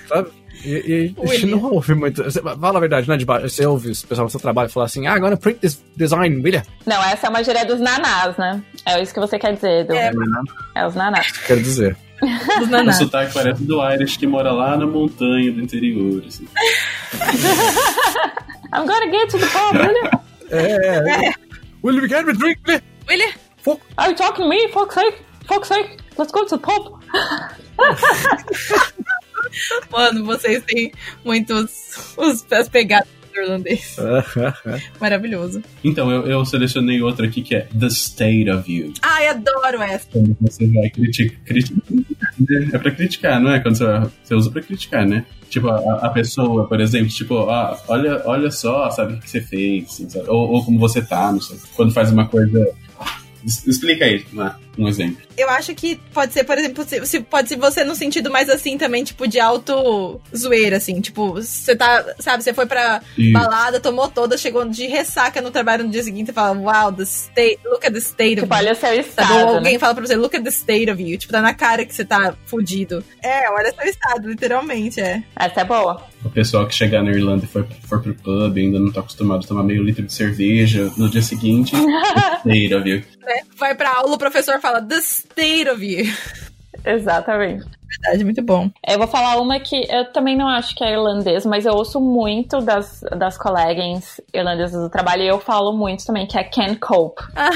A: Sabe? E, e a gente
B: William.
A: não ouve muito. Você- Fala a verdade, não é de baixo. Você ouve o pessoal do seu trabalho falar assim, ah, agora print this design, William.
C: Não, essa é uma gíria dos nanás, né? É isso que você quer dizer, Edu.
B: É.
C: É, os nanás.
A: Quero dizer.
B: Dos
D: O
B: naná.
D: sotaque parece do Irish que mora lá na montanha do interior, assim.
C: I'm gonna get to the pub, William.
A: É,
B: É.
A: William, you me drink, William?
B: William,
C: Are you talking to me? Fuck's sake. Fuck's sake. Let's go to the pub.
B: mano, vocês têm muitos os, as pegadas do irlandês. Maravilhoso.
D: Então, eu, eu selecionei outra aqui que é The State of You.
B: Ai, adoro essa.
D: Quando você vai criticar. É pra criticar, não é? Quando você, você usa pra criticar, né? Tipo, a, a pessoa, por exemplo, tipo, ah, olha, olha só, sabe o que você fez, assim, sabe? Ou, ou como você tá, não sei. Quando faz uma coisa. Es- Explica aí né? um exemplo.
B: eu acho que pode ser, por exemplo, se, se- pode ser você num sentido mais assim também, tipo, de auto zoeira, assim. Tipo, você tá, sabe, você foi pra
D: E
B: balada, tomou toda, chegou de ressaca no trabalho no dia seguinte e fala, wow, the state, look at the state
C: Tipo,
B: of you.
C: olha o seu
B: Sabe, ou
C: estado,
B: Tá alguém
C: né?
B: fala pra você, look at the state of you. Tipo, tá na cara que você tá fudido. É, olha seu estado, literalmente, é.
C: Essa é boa.
D: o pessoal que chegar na Irlanda e for, for pro pub e ainda não tá acostumado a tomar meio litro de cerveja no dia seguinte. State of You.
B: Né? Vai pra aula, o professor fala, the state of you.
C: Exatamente.
B: Verdade, muito bom.
C: Eu vou falar uma que eu também não acho que é irlandês, mas eu ouço muito das, das colegas irlandesas do trabalho e eu falo muito também, que é can cope.
A: Ah,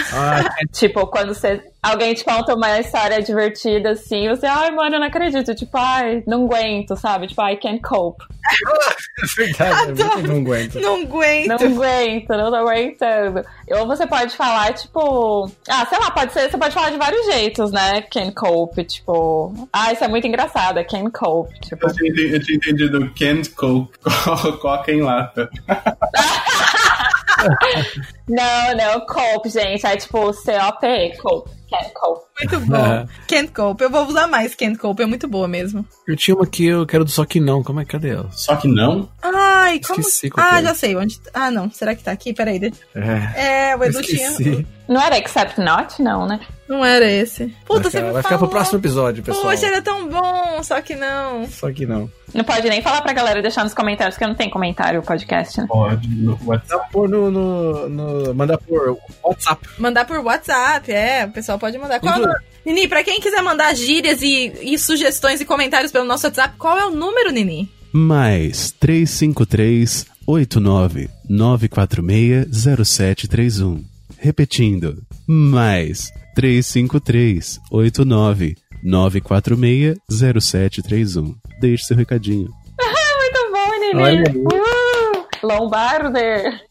C: Tipo, quando você, alguém te conta uma história divertida assim, você, ai mano, eu não acredito. Tipo, ai, não aguento, sabe? Tipo, I can cope.
A: é verdade, eu não aguento.
B: Não aguento.
C: Não aguento, não tô aguentando. Ou você pode falar, tipo. Ah, sei lá, pode ser. Você pode falar de vários jeitos, né? Can cope. Tipo. Ah, isso é muito engraçado. É can cope. Tipo.
D: Eu tinha entendido- eu tinha entendido can't coke, coca em lata.
C: Não, não, cope, gente. É tipo C-O-P-E, cope. Can cope.
B: Muito bom. Can't cope. Eu vou usar mais can't cope, é muito boa mesmo.
A: Eu tinha uma que eu quero do só que não. Como é? Cadê ela?
D: Só que não.
B: Ai, como.
A: Esqueci qual que
B: ah,
A: é.
B: já sei onde. Ah, não. Será que tá aqui? Peraí. deixa-
A: É.
B: É, o
A: eu
B: Edu tinha.
A: Esqueci.
C: Não era except not, não, né?
B: Não era esse.
A: vai
B: Puta, você
A: ficar,
B: me
A: vai ficar
B: falou.
A: pro próximo episódio, pessoal.
B: Poxa, né? era tão bom, só que não.
A: Só que não.
C: Não pode nem falar pra galera deixar nos comentários, que não tem comentário o podcast, né?
D: Pode, no WhatsApp.
A: Dá pra pôr Então, no, no, no- Mandar por WhatsApp.
B: Mandar por WhatsApp, é. O pessoal pode mandar. Qual é o
A: Uhum.
B: número? Nini, pra quem quiser mandar gírias e, e sugestões e comentários pelo nosso WhatsApp, qual é o número, Nini?
F: mais 353 89 946 0731. Repetindo, mais 353 89 946 0731. Deixe seu recadinho.
C: Muito bom,
A: Olha
C: Nini!
A: aí.
C: Uh! Lombarder!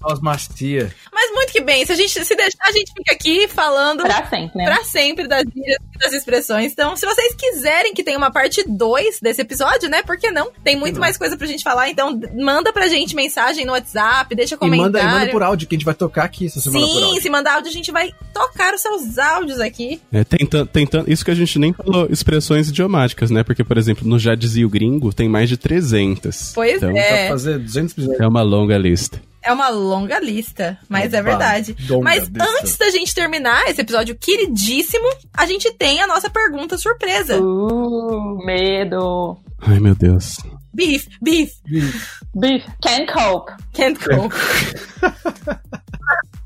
A: Voz macia.
B: Mas muito que bem. Se a gente se deixar, a gente fica aqui falando.
C: Pra sempre,
A: É.
C: né?
B: Pra sempre das gírias e das expressões. Então, se vocês quiserem que tenha uma parte 2 desse episódio, né? Por que não? Tem muito mais coisa pra gente falar, então d- manda pra gente mensagem no WhatsApp, deixa
A: E
B: comentário.
A: manda, e manda por áudio, que a gente vai tocar aqui essa semana por
B: Sim,
A: áudio.
B: se mandar áudio, a gente vai tocar os seus áudios aqui.
F: É, tentando, tentando, isso que a gente nem falou, expressões idiomáticas, né? Porque, por exemplo, no Já Dizia o Gringo tem mais de 300.
B: Pois
F: então,
A: Dá
B: é,
A: pra fazer 200 episódios.
F: É uma longa lista.
B: é uma longa lista, mas é
A: Opa,
B: verdade.
A: longa
B: Mas
A: lista.
B: antes da gente terminar esse episódio queridíssimo, a gente tem a nossa pergunta surpresa.
C: Uh, medo!
F: Ai, meu Deus.
B: Beef, beef,
C: Beef. Can cope.
B: can't go.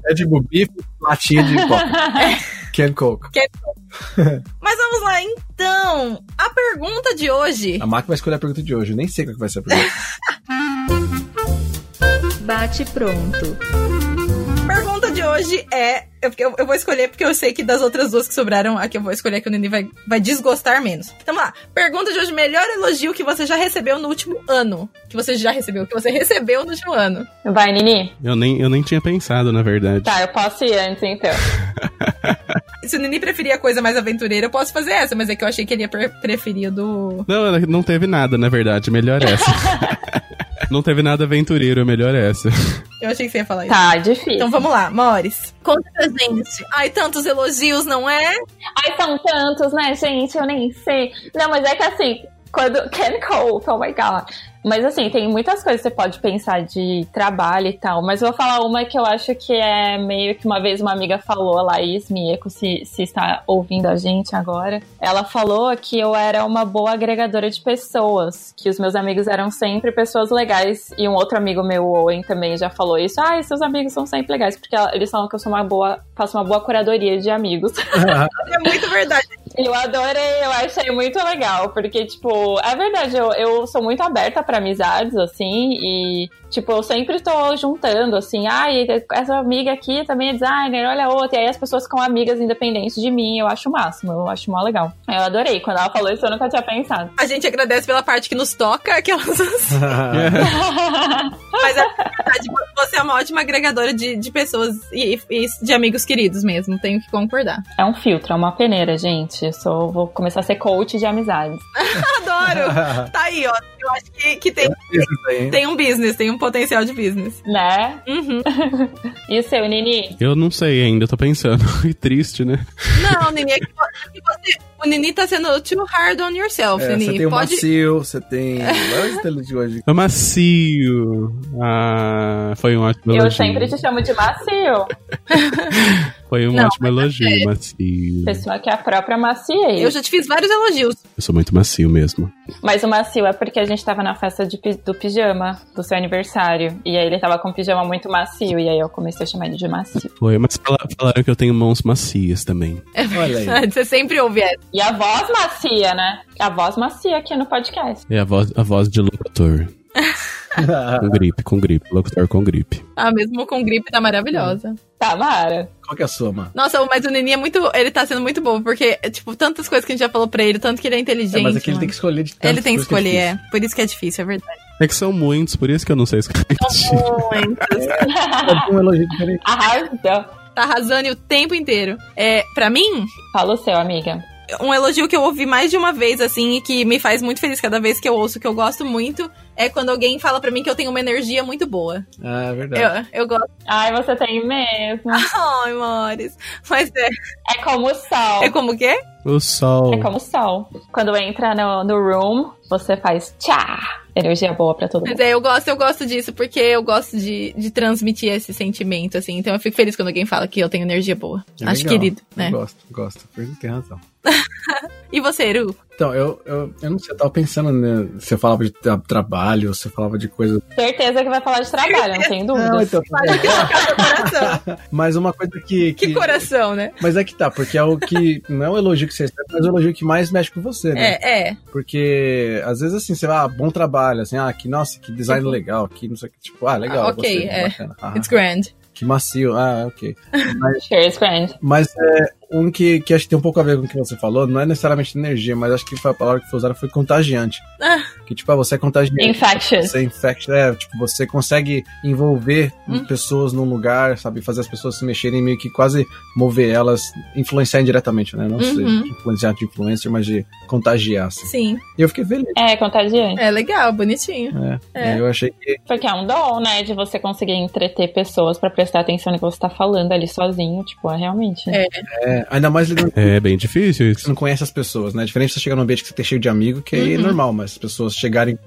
A: É de bubife, latinha de coca. Can Coke.
B: Can Mas vamos lá, então. A pergunta de hoje.
A: A Mac vai escolher a pergunta de hoje. Eu nem sei qual que vai ser a pergunta.
E: Bate pronto.
B: pergunta de hoje é. Eu, eu- eu vou escolher porque eu sei que das outras duas que sobraram, a que eu vou escolher é que o Nenê vai, vai desgostar menos. Então vamos lá. Pergunta de hoje: melhor elogio que você já recebeu no último ano. Que você já recebeu, que você recebeu no último ano.
C: Vai, Nini.
F: Eu nem, eu nem tinha pensado, na verdade.
C: Tá, eu posso ir antes, então.
B: Se o Nenê preferia coisa mais aventureira, eu posso fazer essa, mas é que eu achei que ele ia pre- preferir o do.
F: Não, ela não teve nada, na verdade. Melhor essa. não teve nada aventureiro, é melhor essa.
B: Eu achei que você ia falar isso.
C: Tá, difícil.
B: Então vamos lá, Mores. Conta pra gente. Ai, tantos elogios, não é?
C: Ai, são tantos, né, gente? Eu nem sei. Não, mas é que assim, quando. Ken Cole, oh my god. Mas assim, tem muitas coisas que você pode pensar de trabalho e tal. Mas eu vou falar uma que eu acho que é meio que uma vez uma amiga falou, a Laís Mieco, se, se está ouvindo a gente agora. Ela falou que eu era uma boa agregadora de pessoas, que os meus amigos eram sempre pessoas legais. E um outro amigo meu, o Owen, também já falou isso. Ah, seus amigos são sempre legais, porque ela- eles falam que eu sou uma boa. faço uma boa curadoria de amigos.
B: É muito verdade.
C: Eu adorei, eu achei muito legal, porque, tipo, é verdade, eu, eu sou muito aberta pra amizades, assim, e, tipo, eu sempre tô juntando, assim, ai, essa amiga aqui também é designer, olha a outra, e aí as pessoas ficam amigas independentes de mim, eu acho o máximo, eu acho mó legal. Eu adorei, quando ela falou isso eu nunca tinha pensado.
B: A gente agradece pela parte que nos toca, que elas Mas é verdade, você é uma ótima agregadora de, de pessoas e, e de amigos queridos mesmo, tenho que concordar.
C: É um filtro, é uma peneira, gente, eu sou, vou começar a ser coach de amizades.
B: Adoro! Tá aí, ó. Eu acho que, que tem,
A: Isso aí.
B: tem um business, tem um potencial de business.
C: Né?
B: Uhum.
C: E o seu, Nini?
F: Eu não sei ainda, eu tô pensando. E triste, né?
B: Não, Nini, é que vo- que você. O Nini tá sendo too hard on yourself,
A: É, você
B: Nini.
A: tem o
B: Pode.
A: macio, você tem. Olha de hoje.
F: É macio. Ah, foi um ótimo
C: Eu
F: elogio.
C: sempre te chamo de macio,
F: Foi um
B: Não,
F: ótimo
C: é
F: elogio, macio.
C: pessoa que é a própria maciez.
B: Eu já te fiz vários elogios.
F: Eu sou muito macio mesmo.
C: Mas o macio é porque a gente tava na festa de pi- do pijama, do seu aniversário. E aí ele tava com um pijama muito macio. E aí eu comecei a chamar ele de macio.
F: Foi, mas fala- falaram que eu tenho mãos macias também.
A: Olha aí.
B: Você sempre ouve essa.
C: E a voz macia, né? A voz macia aqui no podcast.
F: É a voz, a voz de locutor. Com gripe, com gripe. Locutor com gripe.
B: Ah, mesmo com gripe, tá maravilhosa.
C: Tá, Mara?
A: Qual que é a sua, mano?
B: Nossa, mas o Nini é muito. Ele tá sendo muito bom, porque, tipo, tantas coisas que a gente já falou pra ele, tanto que ele é inteligente.
A: É, mas aqui ele
B: mano.
A: tem que escolher de tantas
B: Ele tem que
A: coisas é
B: escolher,
A: difícil.
B: é. Por isso que é difícil, é verdade.
F: É que são muitos, por isso que eu não sei escrever.
B: é.
A: Pode ter um elogio diferente.
C: Arrasou.
B: Tá arrasando o tempo inteiro. É, para mim,
C: Fala o seu, amiga.
B: um elogio que eu ouvi mais de uma vez, assim, e que me faz muito feliz cada vez que eu ouço, que eu gosto muito, é quando alguém fala pra mim que eu tenho uma energia muito boa.
A: Ah, é verdade.
B: Eu, eu gosto.
C: Ai, você tem mesmo.
B: Ai, Mores. Mas é,
C: É como o sol.
B: é como o quê?
F: O sol.
C: É como o sol. Quando entra no, no room, você faz tchá. Energia boa pra todo mundo.
B: Mas é, eu gosto, eu gosto disso, porque eu gosto de, de transmitir esse sentimento, assim. Então eu fico feliz quando alguém fala que eu tenho energia boa.
A: É
B: Acho
A: legal.
B: querido, né?
A: Eu gosto, gosto. Pois tem razão.
B: E você, Eru?
A: Então, eu, eu, eu não sei, eu tava pensando, né? Se eu falava de tra- trabalho, ou se eu falava de coisa.
C: Certeza que vai falar de trabalho, não tem
B: Ah,
C: dúvida.
A: Não, então.
B: Coração.
A: Mas uma coisa que.
B: tá que coração, né?
A: Mas é que tá, porque é o que. Não é o elogio que você recebe, mas é o elogio que mais mexe com você, né?
B: É, é.
A: Porque às vezes assim, você vai, ah, bom trabalho, assim, ah, que nossa, que design legal, que não sei o que, tipo, ah, legal,
B: Ah, ok,
A: gostei,
B: é.
A: bacana. Ah,
B: It's grand.
A: que macio, ah, ok.
C: Cheers, friend.
A: Mas é, um que, que acho que tem um pouco a ver com o que você falou, não é necessariamente energia, mas acho que foi a palavra que foi usada foi contagiante.
B: Ah.
A: Que tipo, ah, você é contagiante.
C: Infectious.
A: Você infecta, é, tipo, você consegue envolver
B: Hum.
A: pessoas num lugar, sabe? Fazer as pessoas se mexerem, meio que quase mover elas, influenciar indiretamente, né? Não sei,
B: Uhum.
A: influenciar de influencer, mas de contagiar, assim.
B: Sim.
A: E eu fiquei feliz,
C: É, contagiante.
B: É legal, bonitinho.
A: né?
B: É.
A: Eu achei que
C: Porque é um dom, né? De você conseguir entreter pessoas pra prestar atenção no que você tá falando ali sozinho. Tipo, é realmente.
B: É.
A: É, ainda mais lidando
F: É bem difícil
A: você
F: isso.
A: não conhece as pessoas, né? É Diferente de você chegar num ambiente que você tem cheio de amigo, que aí é
B: Uhum.
A: normal, mas as pessoas chegarem com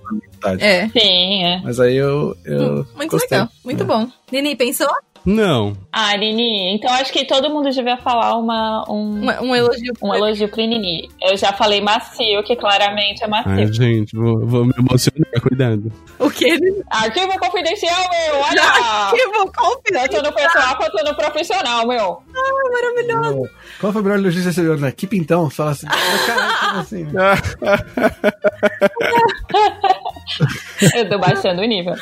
A: amizade.
B: É.
C: Sim, é.
A: Mas aí eu. eu
B: Muito
A: gostei.
B: legal, muito bom. Nini, pensou?
F: Não.
C: Ah, Nini, então acho que todo mundo devia falar uma, um,
B: Um, um elogio.
C: um elogio pro Nini. Eu já falei macio, que claramente é
F: Ai,
C: macio.
F: gente, vou, vou me emocionar, cuidado.
B: O que ele
C: Ah! Arquivo confidencial, meu! Olha!
B: que bom,
C: Tanto no pessoal quanto no profissional, meu.
B: Tá maravilhoso.
A: Qual foi o melhor elogio que você recebeu? Na equipe, então? Fala assim, caralho, como assim?
C: Eu tô baixando o nível.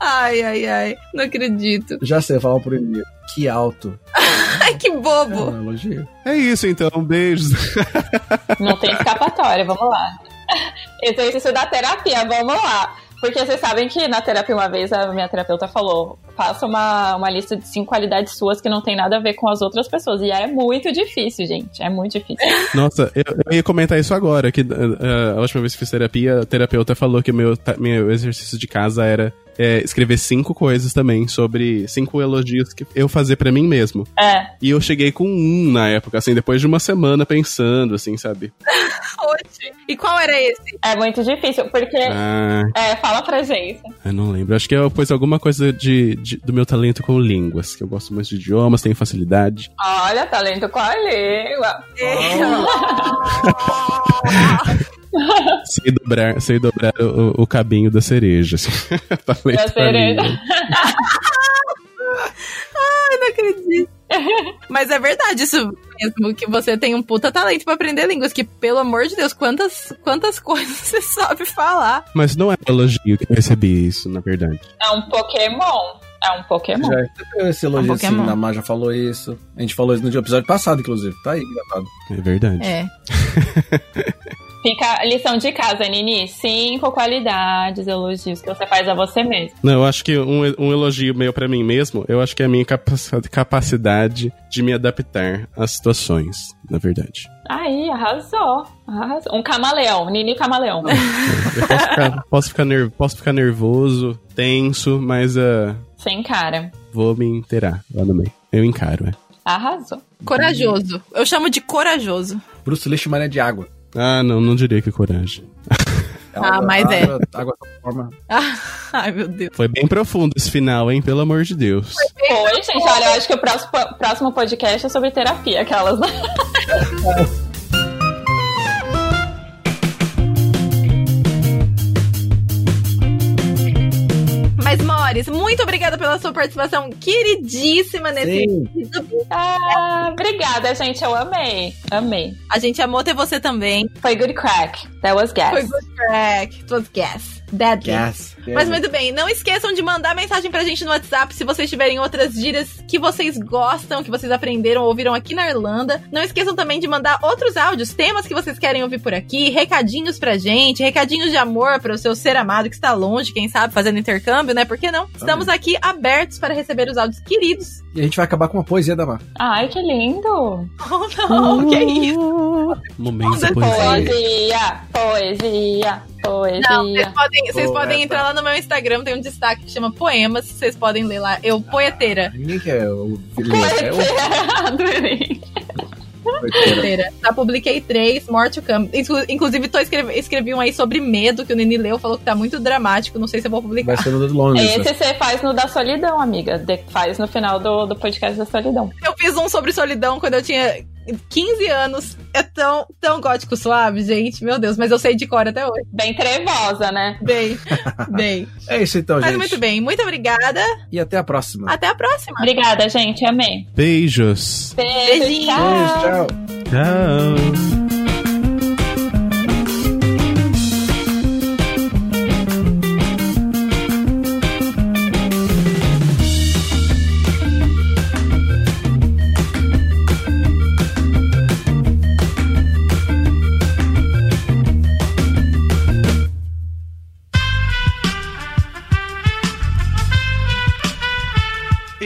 B: Ai, ai, ai. Não acredito.
A: Já sei, falar por e-mail. Que alto.
B: Ai, que
A: É
B: bobo.
A: um elogio.
D: É isso então, beijos.
C: Não tem escapatória, vamos lá. Exercício da terapia, vamos lá. Porque vocês sabem que na terapia uma vez a minha terapeuta falou: faça uma, uma lista de cinco qualidades suas que não tem nada a ver com as outras pessoas. E é muito difícil, gente. É muito difícil.
D: Nossa, eu, eu ia comentar isso agora, que eh, a última vez que fiz terapia, a terapeuta falou que o meu, ta- meu exercício de casa era eh, escrever cinco coisas também, sobre cinco elogios que eu fazer pra mim mesmo.
C: É.
D: E eu cheguei com um na época, assim, depois de uma semana pensando, assim, sabe?
B: Hoje. E qual era esse?
C: É muito difícil, porque.
D: Ah,
C: É, fala pra gente.
D: eu não lembro. Acho que eu pus alguma coisa de, de- do meu talento com línguas, que eu gosto muito de idiomas, tenho facilidade.
C: Olha, talento com a língua.
D: Sei dobrar, sei dobrar o, o cabinho da cereja. assim. Talento
C: Da
D: pra
C: cereja.
D: língua.
B: Eu não acredito. Mas é verdade isso mesmo, que você tem um puta talento pra aprender línguas, que pelo amor de Deus, quantas, quantas coisas você sabe falar.
D: Mas não é um elogio que eu recebi isso, na verdade.
C: É um Pokémon. É um Pokémon.
A: Já recebeu esse elogio,
B: Um
A: assim,
B: Pokémon.
A: na Mar já falou isso. A gente falou isso no episódio passado, inclusive. Tá aí gravado.
D: É verdade.
B: É.
C: Fica a lição de casa, Nini. Cinco qualidades, elogios que você faz a você mesmo.
D: Não, eu acho que um, um elogio meu pra mim mesmo, eu acho que é a minha capaci- capacidade de me adaptar às situações, na verdade.
C: Aí, arrasou. arrasou. Um camaleão, Nini camaleão.
D: Eu posso ficar, posso ficar, ner- posso ficar nervoso, tenso, mas ah,
C: Sem cara.
D: vou me inteirar lá no meio. Eu encaro, é.
C: Arrasou.
B: Corajoso. Eu chamo de corajoso.
A: Bruce Lee chamaria de água. tá
D: Ah, não, não diria que coragem.
B: Ah,
A: Água-
B: mas é.
A: água, Água forma.
B: Ah, ai, meu Deus.
D: Foi bem profundo esse final, hein? Pelo amor de Deus.
C: Foi, gente. Olha, eu acho que o próximo, próximo podcast é sobre terapia, aquelas. né?
B: Mas, Mores, muito obrigada pela sua participação queridíssima nesse
A: Sim.
B: vídeo.
C: Ah, obrigada, gente. Eu amei. Amei.
B: A gente amou ter você também.
C: Foi good crack. That was gas.
B: Foi good track. It was gas. Deadly.
A: Yes.
B: Mas muito bem, não esqueçam de mandar mensagem pra gente no WhatsApp se vocês tiverem outras gírias que vocês gostam, que vocês aprenderam ou ouviram aqui na Irlanda. Não esqueçam também de mandar outros áudios, temas que vocês querem ouvir por aqui, recadinhos pra gente, recadinhos de amor para o seu ser amado que está longe, quem sabe, fazendo intercâmbio, né? Por que não? Estamos aqui abertos para receber os áudios queridos.
A: E a gente vai acabar com uma poesia da Mar.
C: Ai, que lindo.
B: Oh, não, que isso?
D: Momento
B: Pois
D: poesia.
C: Poesia, poesia, poesia.
B: Não, é vocês podem, vocês
A: Poeta.
B: podem entrar lá no meu Instagram, tem um destaque que chama Poemas, vocês podem ler lá. Eu, poeteira.
A: Ninguém quer ouvir isso. É o
C: Adorei.
B: é.
A: poeteira.
B: Brincadeira. Já publiquei três, Morte o Campo. Inclu- Inclusive, tô escreve- escrevi um aí sobre medo, que o Nini leu, falou que tá muito dramático, não sei se eu vou publicar.
A: Vai ser um no Londres.
B: É,
C: Esse você faz no da solidão, amiga. De- faz no final do, do podcast da solidão.
B: Eu fiz um sobre solidão quando eu tinha 15 anos. É tão, tão gótico suave, gente. Meu Deus, mas eu sei de cor até hoje.
C: Bem trevosa, né?
B: Bem, bem.
A: É isso então,
B: Mas
A: gente.
B: muito bem, muito obrigada.
A: E até a próxima.
B: Até a próxima.
C: Obrigada, gente. Amei.
D: Beijos.
C: Beijo,
B: Beijinho.
C: tchau.
A: Beijo, tchau.
D: Tchau.